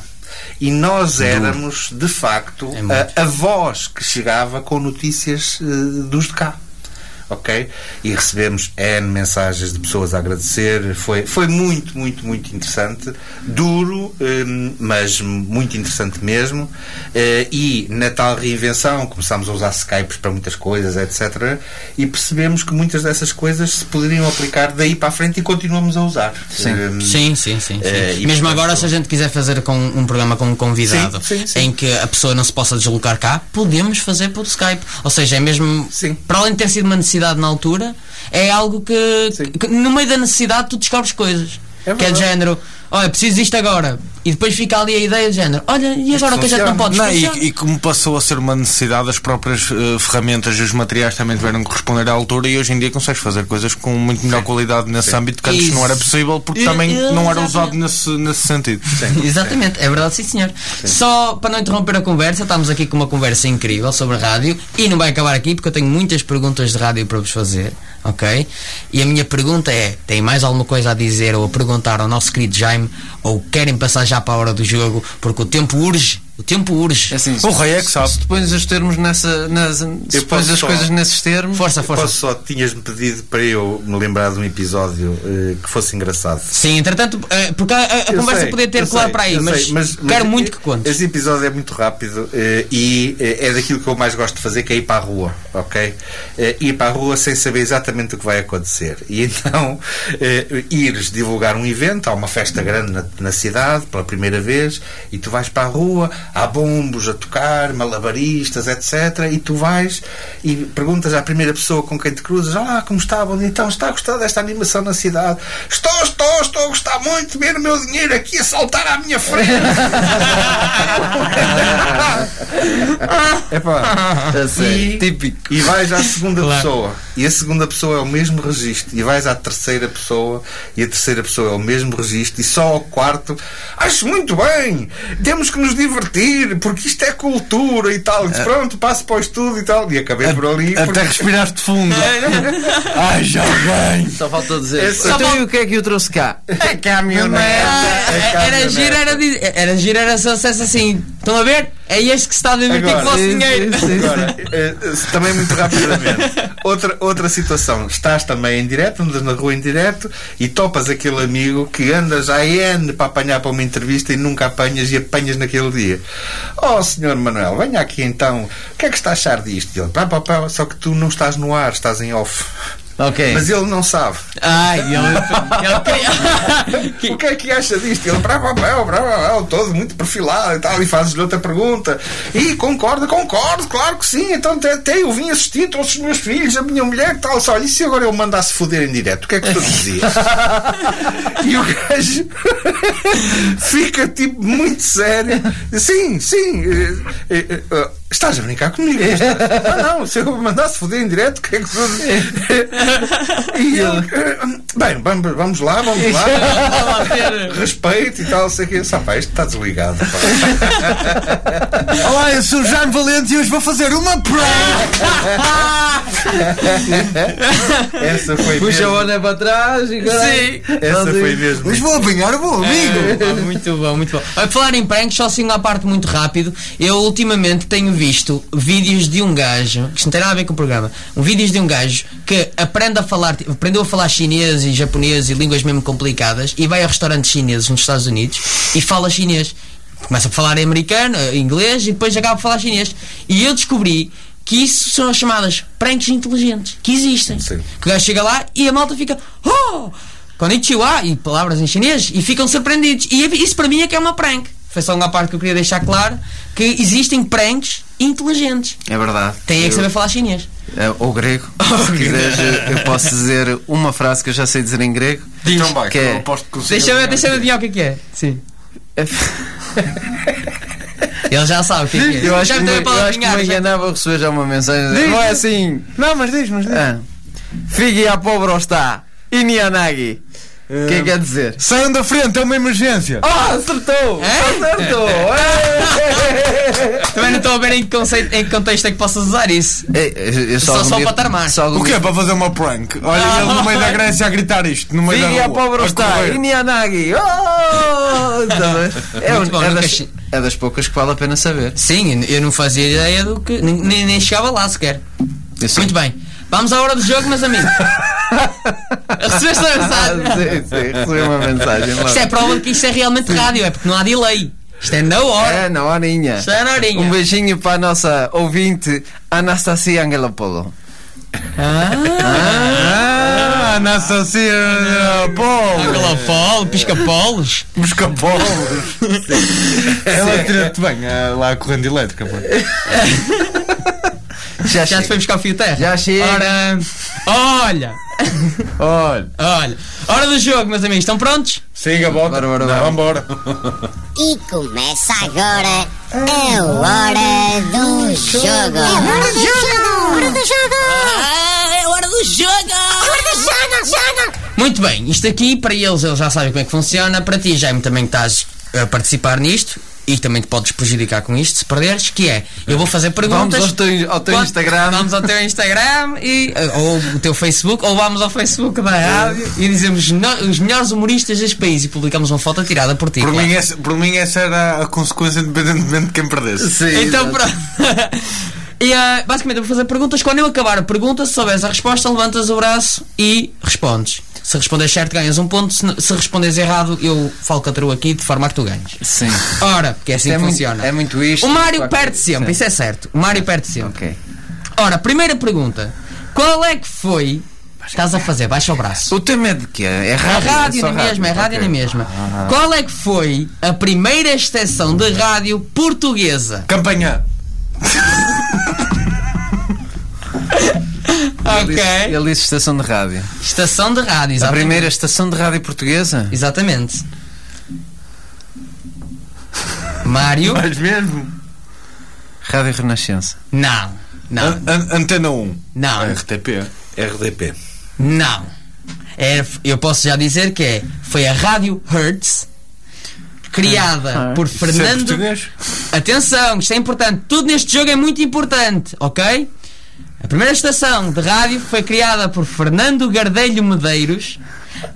E nós éramos, de facto, É muito. a, a voz que chegava com notícias eh, dos de cá. Ok? E recebemos N mensagens de pessoas a agradecer. Foi, foi muito, muito, muito interessante. Duro, eh, mas muito interessante mesmo. Eh, e na tal reinvenção começámos a usar Skypes para muitas coisas, etc. E percebemos que muitas dessas coisas se poderiam aplicar daí para a frente e continuamos a usar. Eh, Sim, sim, sim. sim. Eh, e, Mesmo portanto, agora, se a gente quiser fazer com um programa com um convidado Sim, sim, sim. em que a pessoa não se possa deslocar cá, podemos fazer por Skype. Ou seja, é mesmo. Sim. Para além de ter sido uma necessidade na altura, é algo que, Sim. que no meio da necessidade tu descobres coisas. É que é de verdade. género, olha, preciso disto agora. E depois fica ali a ideia de género, olha, e agora o que a gente funciona. não pode Não, fazer? e, e como passou a ser uma necessidade, as próprias eh, ferramentas e os materiais também tiveram que responder à altura e hoje em dia consegues fazer coisas com muito melhor qualidade nesse âmbito que antes Isso. não era possível porque E- também e- não era exatamente. usado nesse, nesse sentido. Exatamente, é verdade, sim senhor. Só para não interromper a conversa, estamos aqui com uma conversa incrível sobre rádio e não vai acabar aqui porque eu tenho muitas perguntas de rádio para vos fazer, ok? E a minha pergunta é: tem mais alguma coisa a dizer ou a perguntar ao nosso querido Jaime ou querem passar já para a hora do jogo porque o tempo urge? O tempo urge. É assim, O rei é que sabe. Se tu pões os termos nessa. nas- se Eu pões posso as só- coisas nesses termos. Força, força. Posso só, tinhas-me pedido para eu me lembrar de um episódio eh, que fosse engraçado. Sim, entretanto, eh, porque a, a- a Eu conversa sei, podia ter eu claro sei, para aí, eu mas, sei, quero mas muito e- que contes. Este episódio é muito rápido eh, e eh, é daquilo que eu mais gosto de fazer, que é ir para a rua, ok? Eh, ir para a rua sem saber exatamente o que vai acontecer. E então eh, ires divulgar um evento, há uma festa grande na, na cidade, pela primeira vez, e tu vais para a rua, há bombos a tocar, malabaristas, etc. E tu vais e perguntas à primeira pessoa com quem te cruzas, ah, como está, bom dia, então está a gostar desta animação na cidade? Estou, estou, estou a gostar muito de ver o meu dinheiro aqui a saltar à minha frente. Epá. A sério, E- Típico. É E vais à segunda Claro. pessoa. E a segunda pessoa é o mesmo registro. E vais à terceira pessoa. E a terceira pessoa é o mesmo registro. E só ao quarto. Acho muito bem. Temos que nos divertir. Porque isto é cultura e tal. E pronto, passo para o estudo e tal. E acabei por ali. porque- Até respiraste fundo. É, Ai, já vem. Só falta dizer. Esse- então, Só fal- e o que é que eu trouxe cá? É caminhonete. Ah, É era caminhonete. giro, era, di- era giro, era só se dissesse assim. Estão a ver? É este que se está a divertir com o Agora. vosso Sim, dinheiro. sim, sim. Agora, eh, eh, também muito rapidamente. Outra, outra situação. Estás também em direto, andas na rua em direto e topas aquele amigo que andas à N para apanhar para uma entrevista e nunca apanhas e apanhas naquele dia. Oh, senhor Manuel, venha aqui então. O que é que está a achar disto? E Ele, pá, pá, pá, só que tu não estás no ar, estás em off. Ok. Mas ele não sabe. Ai, ele, ele queria. O que é que acha disto? Ele, brá, brá, brá, brá, brá, brá, todo muito perfilado e tal, e fazes-lhe outra pergunta. E concorda, concordo, claro que sim. Então até, até eu vim assistir, trouxe os meus filhos, a minha mulher e tal. Só, olha, e se agora eu mandasse foder em direto, o que é que tu dizias? e o gajo fica tipo muito sério. Sim, sim. eh, eh, eh, Estás a brincar comigo? Estás? Ah, não, se eu mandasse foder em direto, o que é que tu dizias? E ele, eh, bem, vamos, vamos lá, vamos lá respeito e tal, sei que. Só, pá, isto está desligado. Pá. Olá, eu sou o Jaime Valente e hoje vou fazer uma prank. Essa foi Puxa o mesmo. ônibus para trás e agora. Sim. Essa foi mesmo. Hoje vou apanhar o meu amigo. Ah, muito bom, muito bom. A falar em pranks, só assim uma parte muito rápido. Eu ultimamente tenho visto vídeos de um gajo, que isto não tem nada a ver com o programa, um vídeos de um gajo que aprende a falar, tipo, aprendeu a falar chinês e japonês e línguas mesmo complicadas e vai a restaurantes chineses nos Estados Unidos e fala chinês. Começa a falar em americano, eh, inglês e depois acaba a falar chinês. E eu descobri que isso são as chamadas pranks inteligentes, que existem. Sim. Que o gajo chega lá e a malta fica Oh! Konnichiwa! E palavras em chinês e ficam surpreendidos. E isso para mim é que é uma prank. Foi só uma parte que eu queria deixar claro que existem pranks inteligentes. É verdade. Têm é que Eu- saber falar chinês. eh, Ou grego. Se quiseres, eh, eu posso dizer uma frase que eu já sei dizer em grego. Então vai, Que que é- eu aposto que consigo Deixa-me adivinhar. deixa adivinhar o que é que é. Sim. Ele já sabe o que é que é. Eu acho já que me, me deu a eu palavra acho que adivinhar, me já- enganava a receber já uma mensagem. não é assim. Não, mas diz, mas diz. Ah. Fique a pobre está. Inianagi. O que é que quer dizer? Saiam da frente, é uma emergência. Ah, acertou! Acertou! Também não Estou a ver em que, conceito, em que contexto é que possas usar isso. É, eu- eu Só- algum só dia- para tarmar. só algum O quê? dia- Para fazer uma prank? Olha ele no meio da Grécia a gritar isto, no meio Vinha da a rua, pobre a está, correr. Inianagi! Oh! Tá bem? É, Muito um- bom, é nunca das, achei- é das poucas que vale a pena saber. Sim, eu não fazia ideia do que. Nem, nem- nem chegava lá sequer. Eu sei- Muito bem. Vamos à hora do jogo, meus amigos. Recebeste a Ah, mensagem? sim, sim, recebi uma mensagem lá. Isto é prova de que isto é realmente rádio, é porque não há delay. Isto é na hora. É, na horinha. Isto é na horinha. Um beijinho para a nossa ouvinte Anastasia Angelopolo. Ah, nossa senhora, Paulo! Angelopolo, piscapolos. Busca bolos! Ela tira-te bem ah, lá a corrente elétrica, pô. Já, Já chega. te foi buscar o fio terra? Já chega. Ora, olha, Olha, olha. Hora do jogo, meus amigos. Estão prontos? siga, bota. Bora, bora, Não, Vambora. E começa agora a hora do jogo. É hora do jogo! Hora do jogo! Ah, é hora do jogo! Hora do jogo! jogo! Muito bem, isto aqui para eles, eles já sabem como é que funciona. Para ti, Jaime, também que estás a participar nisto e também te podes prejudicar com isto se perderes. Que é, eu vou fazer perguntas. ao teu- ao teu Quando- Instagram. Vamos ao teu Instagram e, eh, ou o teu Facebook, ou vamos ao Facebook É. da rádio e dizemos no- os melhores humoristas deste país e publicamos uma foto tirada por ti. é Por, claro. mim essa, por mim, essa era a consequência, independentemente de quem perdesse. Sim, Então exato. pronto. E, ah, basicamente eu vou fazer perguntas. Quando eu acabar a pergunta, se souberes a resposta, levantas o braço e respondes. Se responderes certo, ganhas um ponto. Se, n- se responderes errado, eu falcatruo aqui de forma a que tu ganhes. Sim. Ora, porque é assim É que muito- funciona. é muito isto, O Mário qualquer- perde sempre, Sim. isso é certo. O Mário perde sempre. Ok. Ora, primeira pergunta. Qual é que foi. Estás a fazer, baixa o braço. O tema é de quê? É A rádio? rádio só na mesma, é rádio Ok. Ah, na mesma. Qual é que foi a primeira estação de rádio portuguesa? Campanha. Ele Ok. disse- Ele disse estação de rádio. Estação de rádio, A exatamente. primeira estação de rádio portuguesa? Exatamente. Mário? Mas mesmo? Rádio Renascença. Não, não, An- an- antena é? 1. não, RTP. RDP. não. É, eu posso já dizer que é, foi a Rádio Hertz, criada por Isso é Fernando. português? Atenção, isto é importante. Tudo neste jogo é muito importante, ok? A primeira estação de rádio foi criada por Fernando Gardelho Medeiros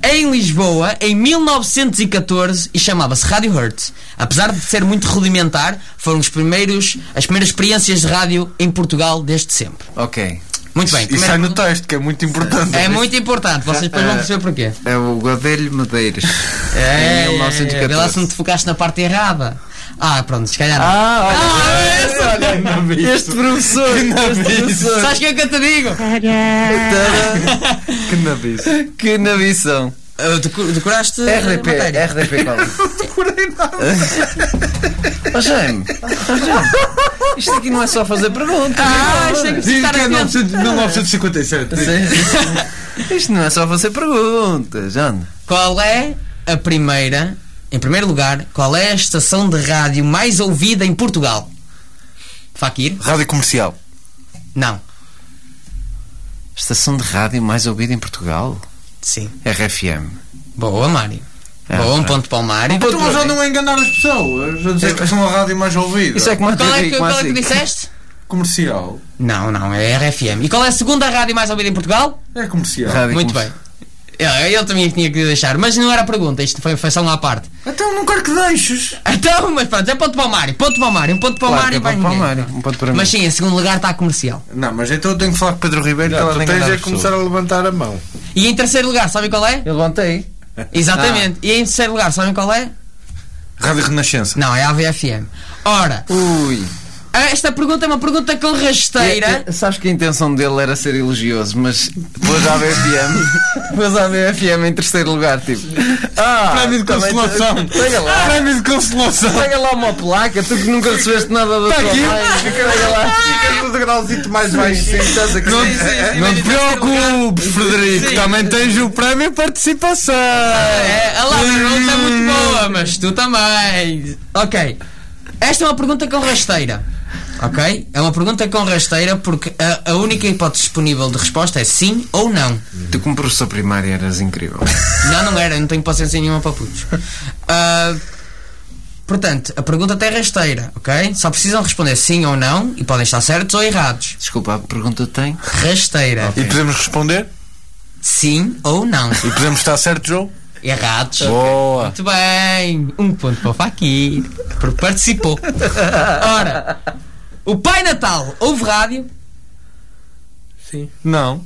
em Lisboa em 1914 e chamava-se Rádio Hertz. Apesar de ser muito rudimentar, foram os primeiros, as primeiras experiências de rádio em Portugal desde sempre. Ok. Muito bem. Isso primeira- sai no texto, que é muito importante. É muito importante, vocês depois vão perceber porquê. É o Godelho Medeiras. É, Em é, vê lá se não 1914. te focaste na parte errada. Ah, pronto, se calhar não. Ah, olha. Olha, não vi isso. Este professor. Que este nabiço. professor. Sabes o que é que eu te digo? Tadã. Que nabiço. Que nabição. Ah, decu- Decoraste a RDP. matéria. É. RDP qual? Não decorei nada. Ó Jaime. ó, Jaime, Isto aqui não é só fazer perguntas. então, Ah, isto é que Diz estar que é atento. 900 1957. Diz. Isto não é só fazer perguntas. Anda. Qual é a primeira, em primeiro lugar, qual é a estação de rádio mais ouvida em Portugal? Fakir? Rádio comercial. Não. Estação de rádio mais ouvida em Portugal? Sim. RFM. Boa, Mário. É, Boa, um é. ponto para o Mário. Então mas já não é enganar as pessoas. Já dizer que são a rádio mais ouvida. Isso é que mata Qual é que, rico, qual é assim. que disseste? comercial. Não, não, é RFM. E qual é a segunda rádio mais ouvida em Portugal? É comercial. Ah, Rádio Muito comercial. bem. Eu, eu também tinha que deixar, mas não era a pergunta, isto foi, foi só uma à parte. Então não quero que deixes. Então, mas pronto, é ponto para o Mário, ponto para o Mário, um ponto para o Claro que Mário é e vai bom para o ninguém. Mário, um ponto para mim. Mas sim, em segundo lugar está a comercial. Não, mas então eu tenho que falar com o Pedro Ribeiro que Já, ela tu tem tens é que que começar a levantar a mão. E em terceiro lugar, sabem qual é? Eu levantei. Exatamente. E em terceiro lugar, sabem qual é? Rádio Renascença. Não, é a AVFM. Ora, Ui. esta pergunta é uma pergunta com rasteira. É, é, sabes que a intenção dele era ser elogioso, mas pôs a BFM. pôs a BFM em terceiro lugar, tipo. Ah! Prémio de também- consolação. Pega lá. Prémio Ah, de consolação. Pega lá uma placa, tu que nunca recebeste nada da tua Tá aqui. mãe. Pega lá. Fica no degrauzito mais baixo. Sim, estás aqui. Não, sim, sim, não mas te em terceiro preocupes, Frederico. Sim. Também tens o prémio participação. É, a Lava Rose é muito boa, mas tu também. Ok. Esta é uma pergunta com rasteira. Ok? É uma pergunta com rasteira porque a, a única hipótese disponível de resposta é sim ou não. Tu, como professor primário, eras incrível. Não, não era, não tenho paciência nenhuma para putos. Ah, Portanto, a pergunta até é rasteira, ok? Só precisam responder sim ou não e podem estar certos ou errados. Desculpa, a pergunta tem. Rasteira. E podemos responder? Sim ou não. E podemos estar certo, João? Errados. Boa! Muito bem. Um ponto para o Fakir, porque participou. Ora, o Pai Natal ouve rádio. Sim. Não.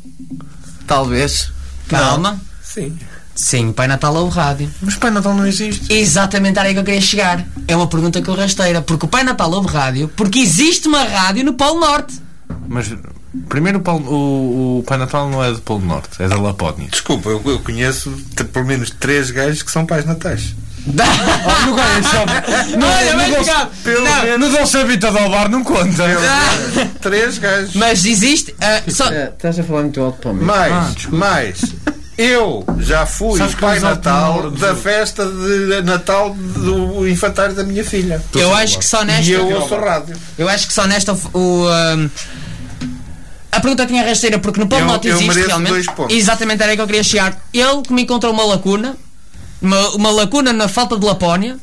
Talvez. Calma. Sim. Sim, o Pai Natal ouve rádio. Mas Pai Natal não existe. Exatamente era aí que eu queria chegar. É uma pergunta que eu rasteira. Porque o Pai Natal ouve rádio, porque existe uma rádio no Polo Norte. Mas primeiro o, Paulo- o- o Pai Natal não é do Polo Norte, é da Lapónia. Desculpa, eu, eu conheço te- pelo menos três gajos que são pais natais. não é, Olha, bem jogado. Não, não dão sabita ao bar, não conta. Três gajos. Mas existe. ah, só, É, Estás a falar muito alto para mim. Mais, Ah, desculpa. mais. Eu já fui Sabes que pai eles altam na natal hora do da jogo. festa de Natal do infantário da minha filha. eu acho que só nesta. E eu ouço rádio. Eu acho que só nesta o. ahm, a pergunta tinha rasteira porque no Polo Eu- Norte eu existe mereço realmente. dois pontos. Exatamente, era aí que eu queria chegar. Ele que me encontrou uma lacuna, uma, uma lacuna na falta de Lapónia.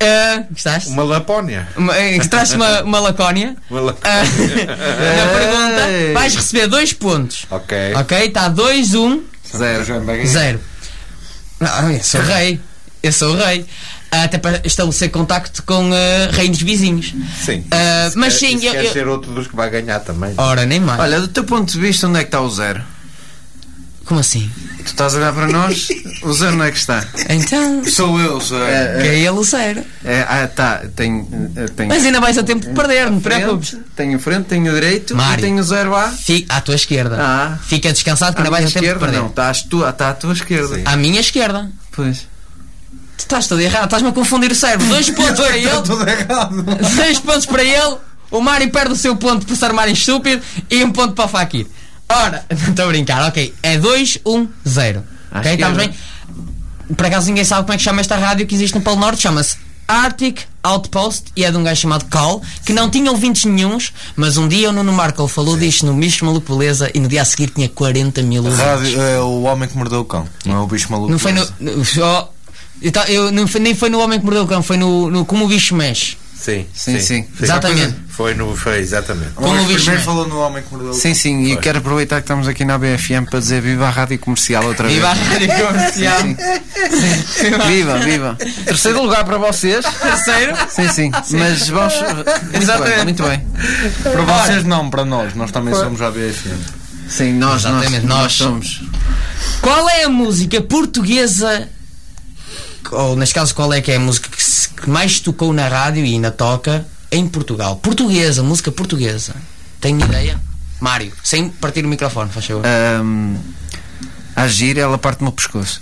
Ah, gostaste? Uma Lapónia. Uma, eh, que traz uma, uma lacónia. Uma Lapónia. Ah, na pergunta, vais receber dois pontos. Ok. Hum. Ok? Está um, 2, 1, Zero. 0. Não, Ah, eu sou o rei. Eu sou o rei. Ah, Até para estabelecer contacto com ah, reinos vizinhos. Sim. Ah, Isso mas quer- sim, isso eu- quer eu- Oh. ser outro dos que vai ganhar também. Ora, nem mais. Olha, do teu ponto de vista, onde é que está o zero? Como assim? Tu estás a olhar para nós, o zero onde é que está? Então, Sou eu, sou eu. É, que é ele o zero. É, ah, tá, tenho. eh, tenho é Mas ainda vais a tempo de perder, não te preocupes. frente, tenho frente, tenho direito Mário. e tenho zero A. Fi- à tua esquerda. Ah. Fica descansado que À ainda minha vais a Tá tempo de esquerda, perder. não, está à, tua, está à tua esquerda. À minha esquerda. Pois. Tu estás todo errado, estás-me a confundir o cérebro. Dois pontos para ele. Tudo errado. 6 pontos para ele, o Mário perde o seu ponto por se armarem estúpido e um ponto para o Fakir. Ora, não estou a brincar, ok. É 2, 1, 0. À Ok, esquerda. estamos bem? Por acaso ninguém sabe como é que chama esta rádio que existe no Polo Norte, chama-se Arctic Outpost e é de um gajo chamado Cal, que não tinha ouvintes nenhuns, mas um dia o Nuno Marco falou disto no Bicho Maluco Beleza e no dia a seguir tinha 40 mil ouvintes. Rádio, é o homem que mordeu o cão, não é o bicho maluco. Não foi no. Mas- no- só- então, eu, não foi- nem foi no Homem que Mordeu o Cão, foi no, no Como o Bicho Mexe. Sim, Sim, sim. Exatamente. Foi no. Foi, exatamente. Como Mas o bicho primeiro mexe. falou no homem que mordeu o cão. Sim, sim, e quero aproveitar que estamos aqui na BFM para dizer viva a rádio comercial outra Viva a vez. rádio comercial. Viva, viva. Terceiro lugar para vocês. Terceiro. Sim, sim. Mas vamos. Exatamente. Muito bem, muito Para vocês não, para nós, nós também somos a BFM. bem. Sim, nós, nós, Exatamente, nós. nós somos. Qual é a música portuguesa, ou neste caso, qual é que é a música que, se- que mais tocou na rádio e ainda toca em Portugal? Portuguesa, música portuguesa. Tem ideia? Mário, sem partir o microfone, faz favor. É. Ahm, agir, ela parte-me o pescoço.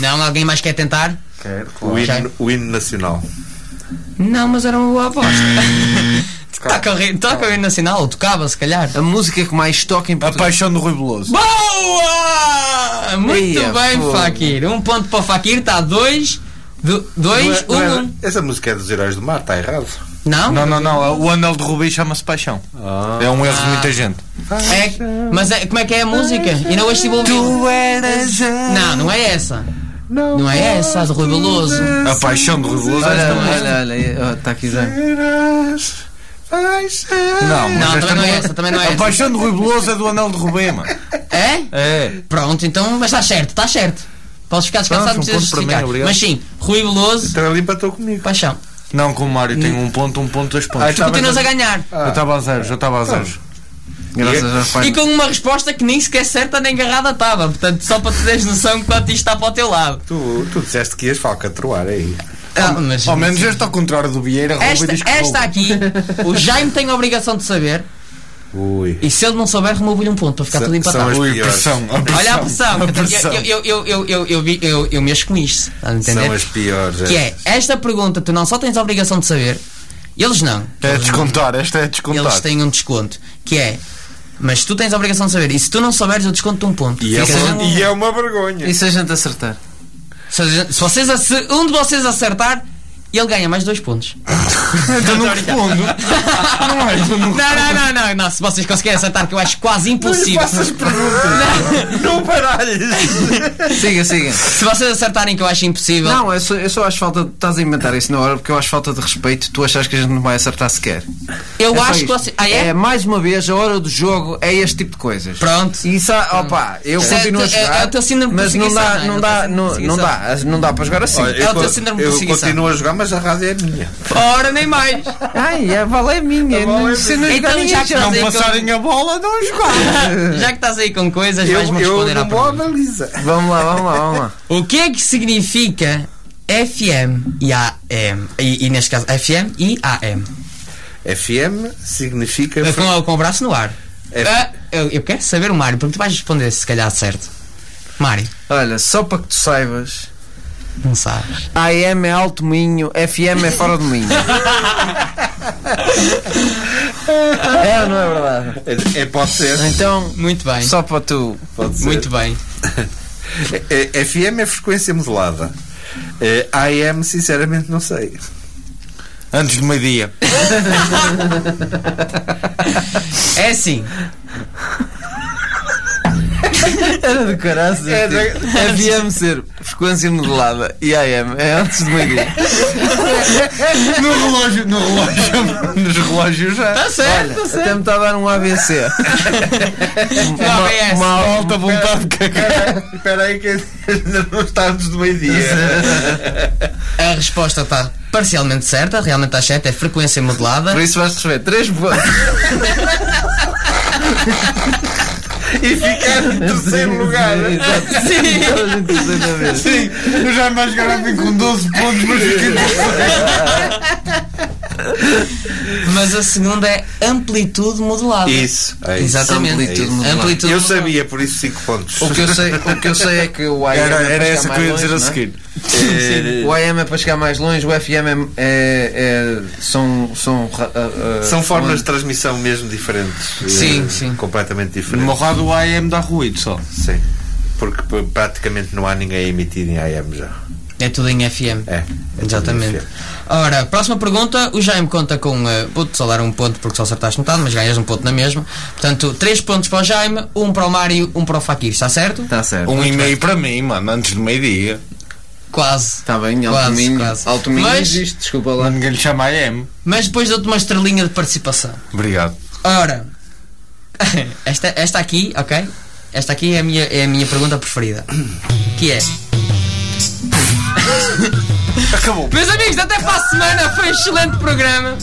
Não, alguém mais quer tentar? O hino, Ok. o hino nacional. Não, mas era uma boa aposta. toca o ri- toca o hino nacional, ou tocava se calhar. A música que mais toca em A Portugal. paixão do Rui Veloso. Boa! Muito Ia, bem, fogo. Fakir. Um ponto para o Fakir, está dois, do- dois, Não é- não um, é- um. Essa música é dos Heróis do Mar, está errado. Não? Não, não, não, o anel de Rubi chama-se paixão. É um erro de muita gente. É, mas é- como é que é a música? E não hoje estive a ouvir. Não, não é essa. Não é essa, a do Rui Veloso. A paixão do Rui Veloso é Olha, esta música. olha, olha, está aqui já. Não, mas Não, esta também não é música- essa, também não é A essa. paixão do Rui Veloso é do anel de Rubem, mano. É? É. Pronto, então, mas está certo, está certo. Podes ficar descansado, não Pronto, um precisas ponto para mim, justificar. obrigado. mas sim, Rui Veloso, Então ele empatou comigo. paixão. Não, como o Mário tem um ponto, um ponto, dois pontos. Ah, tá. Continuas a ganhar. Eu estava a zero, já estava a zero. Graças aos pais. E com uma resposta que nem sequer certa nem agarrada estava. Portanto, só para te teres noção quanto isto está para o teu lado. Tu, tu disseste que ias falcatruar aí. Ah, mas- Ao menos este ao contrário do Vieira, Rubem esta, diz que esta rouba. aqui, o Jaime tem a obrigação de saber. Ui. E se ele não souber, removo-lhe um ponto para ficar São- tudo são empatado. as Ui, piores. pressão, a pressão. Olha a pressão. A pressão. Eu, eu, eu, eu, eu, vi- eu, eu mexo com isto. Estás a São entender? as piores. Que é, esta pergunta tu não só tens a obrigação de saber, eles não. É descontar, esta é Eles descontar. têm um desconto. Que é, mas tu tens a obrigação de saber. E se tu não souberes, eu desconto-te um ponto. E é, Fica- uma, e é uma vergonha. E se a gente acertar? Se, se vocês, ace- um de vocês acertar, e ele ganha mais dois pontos. Então não respondo. Não é? Então Não, não- não, não, não, não. Se vocês conseguirem acertar, que eu acho quase lhe impossível. faças perguntas. Não baralhes. Siga, siga. Se vocês acertarem, que eu acho impossível. Não, eu só, eu só acho falta. de- Estás a inventar isso na hora porque eu acho falta de respeito. Tu achas que a gente não vai acertar sequer. eu É só acho que isto. vocês. Ah, é? mais uma vez, a hora do jogo é este tipo de coisas. Pronto. Isso, há- opa, eu Isso é continuo o a teu- é- jogar. é o teu síndrome de mas não dá, perseguição, não não é? dá, É o teu síndrome não, de não dá, não dá para jogar assim. Olha, É eu o teu co- síndrome de Eu perseguição. continuo a jogar, mas a rádio é minha. Ora, nem mais. Ai, a bola é Tá minha. bola é se minha. não jogar Então ninguém já que joga. estás aí com, Passarem a bola, não jogar. já que estás aí com coisas, Eu, vais-me eu responder à não vou pergunta. analisar. Vamos lá, vamos lá, vamos lá. O que é que significa FM e AM? E, e neste caso, FM e AM. FM significa. Eu Com, com o braço no ar. É. Ah, eu, eu quero saber o Mário, porque tu vais responder se calhar certo. Mário, Olha, só para que tu saibas, não sabes. AM é alto minho, FM é fora do minho. é ou não é verdade? É, é- pode ser. Então, Muito bem. só para tu. Pode ser. Muito bem. É- é- FM é frequência modulada. É, AM, sinceramente, não sei. Antes do meio-dia. É assim. Era do caralho. É, tipo. FM ser frequência modelada e AM é antes do meio-dia. No relógio, no relógio. Nos relógios já. Está Tá certo, está certo. Até me está a dar um ABC. Não, é essa. Alta vontade de cagar. Espera aí, que ainda não está antes do meio-dia. A resposta está parcialmente certa, realmente está certa, é frequência modelada. Por isso vais receber 3 pontos. E ficar em terceiro lugar. Sim. Toda a gente diz outra vez. Eu já mais grave com 12 pontos, mas fiquei. Mas a segunda é amplitude modelada. Isso. é isso. Exatamente. Amplitude É isso. modelada. Amplitude Eu modelada. sabia, por isso 5 pontos. O que, eu sei, o que eu sei é que o AM Era, é era para essa chegar que eu ia mais dizer a longe, não é? seguir. É, O AM é para chegar mais longe, o FM é, é- é- são, são, ra- ah, ah, São formas de ondas. transmissão mesmo diferentes. eh, Sim, sim. Completamente No meu diferentes. rádio o AM dá ruído só. Sim. Porque p- praticamente não há ninguém a emitir em AM já. É tudo em FM. É. Exatamente. É. Ora, próxima pergunta. O Jaime conta com. eh, Vou-te só dar um ponto porque só acertaste metade, mas ganhas um ponto na mesma. Portanto, três pontos para o Jaime, um para o Mário, um para o Fakir. Está certo? Tá Está Tá certo. Um e meio para mim, mano, antes do meio-dia. Quase. Está Tá Tá bem, Alto Quase, Minho. quase. Alto Minho Mas- existe, desculpa lá. Ninguém lhe chama AM. Mas depois dou-te uma estrelinha de participação. Obrigado. Ora, esta, esta aqui, ok? Esta aqui é a, minha, é a minha pergunta preferida. Que é. Acabou. Meus amigos, até para a semana. Foi um excelente programa.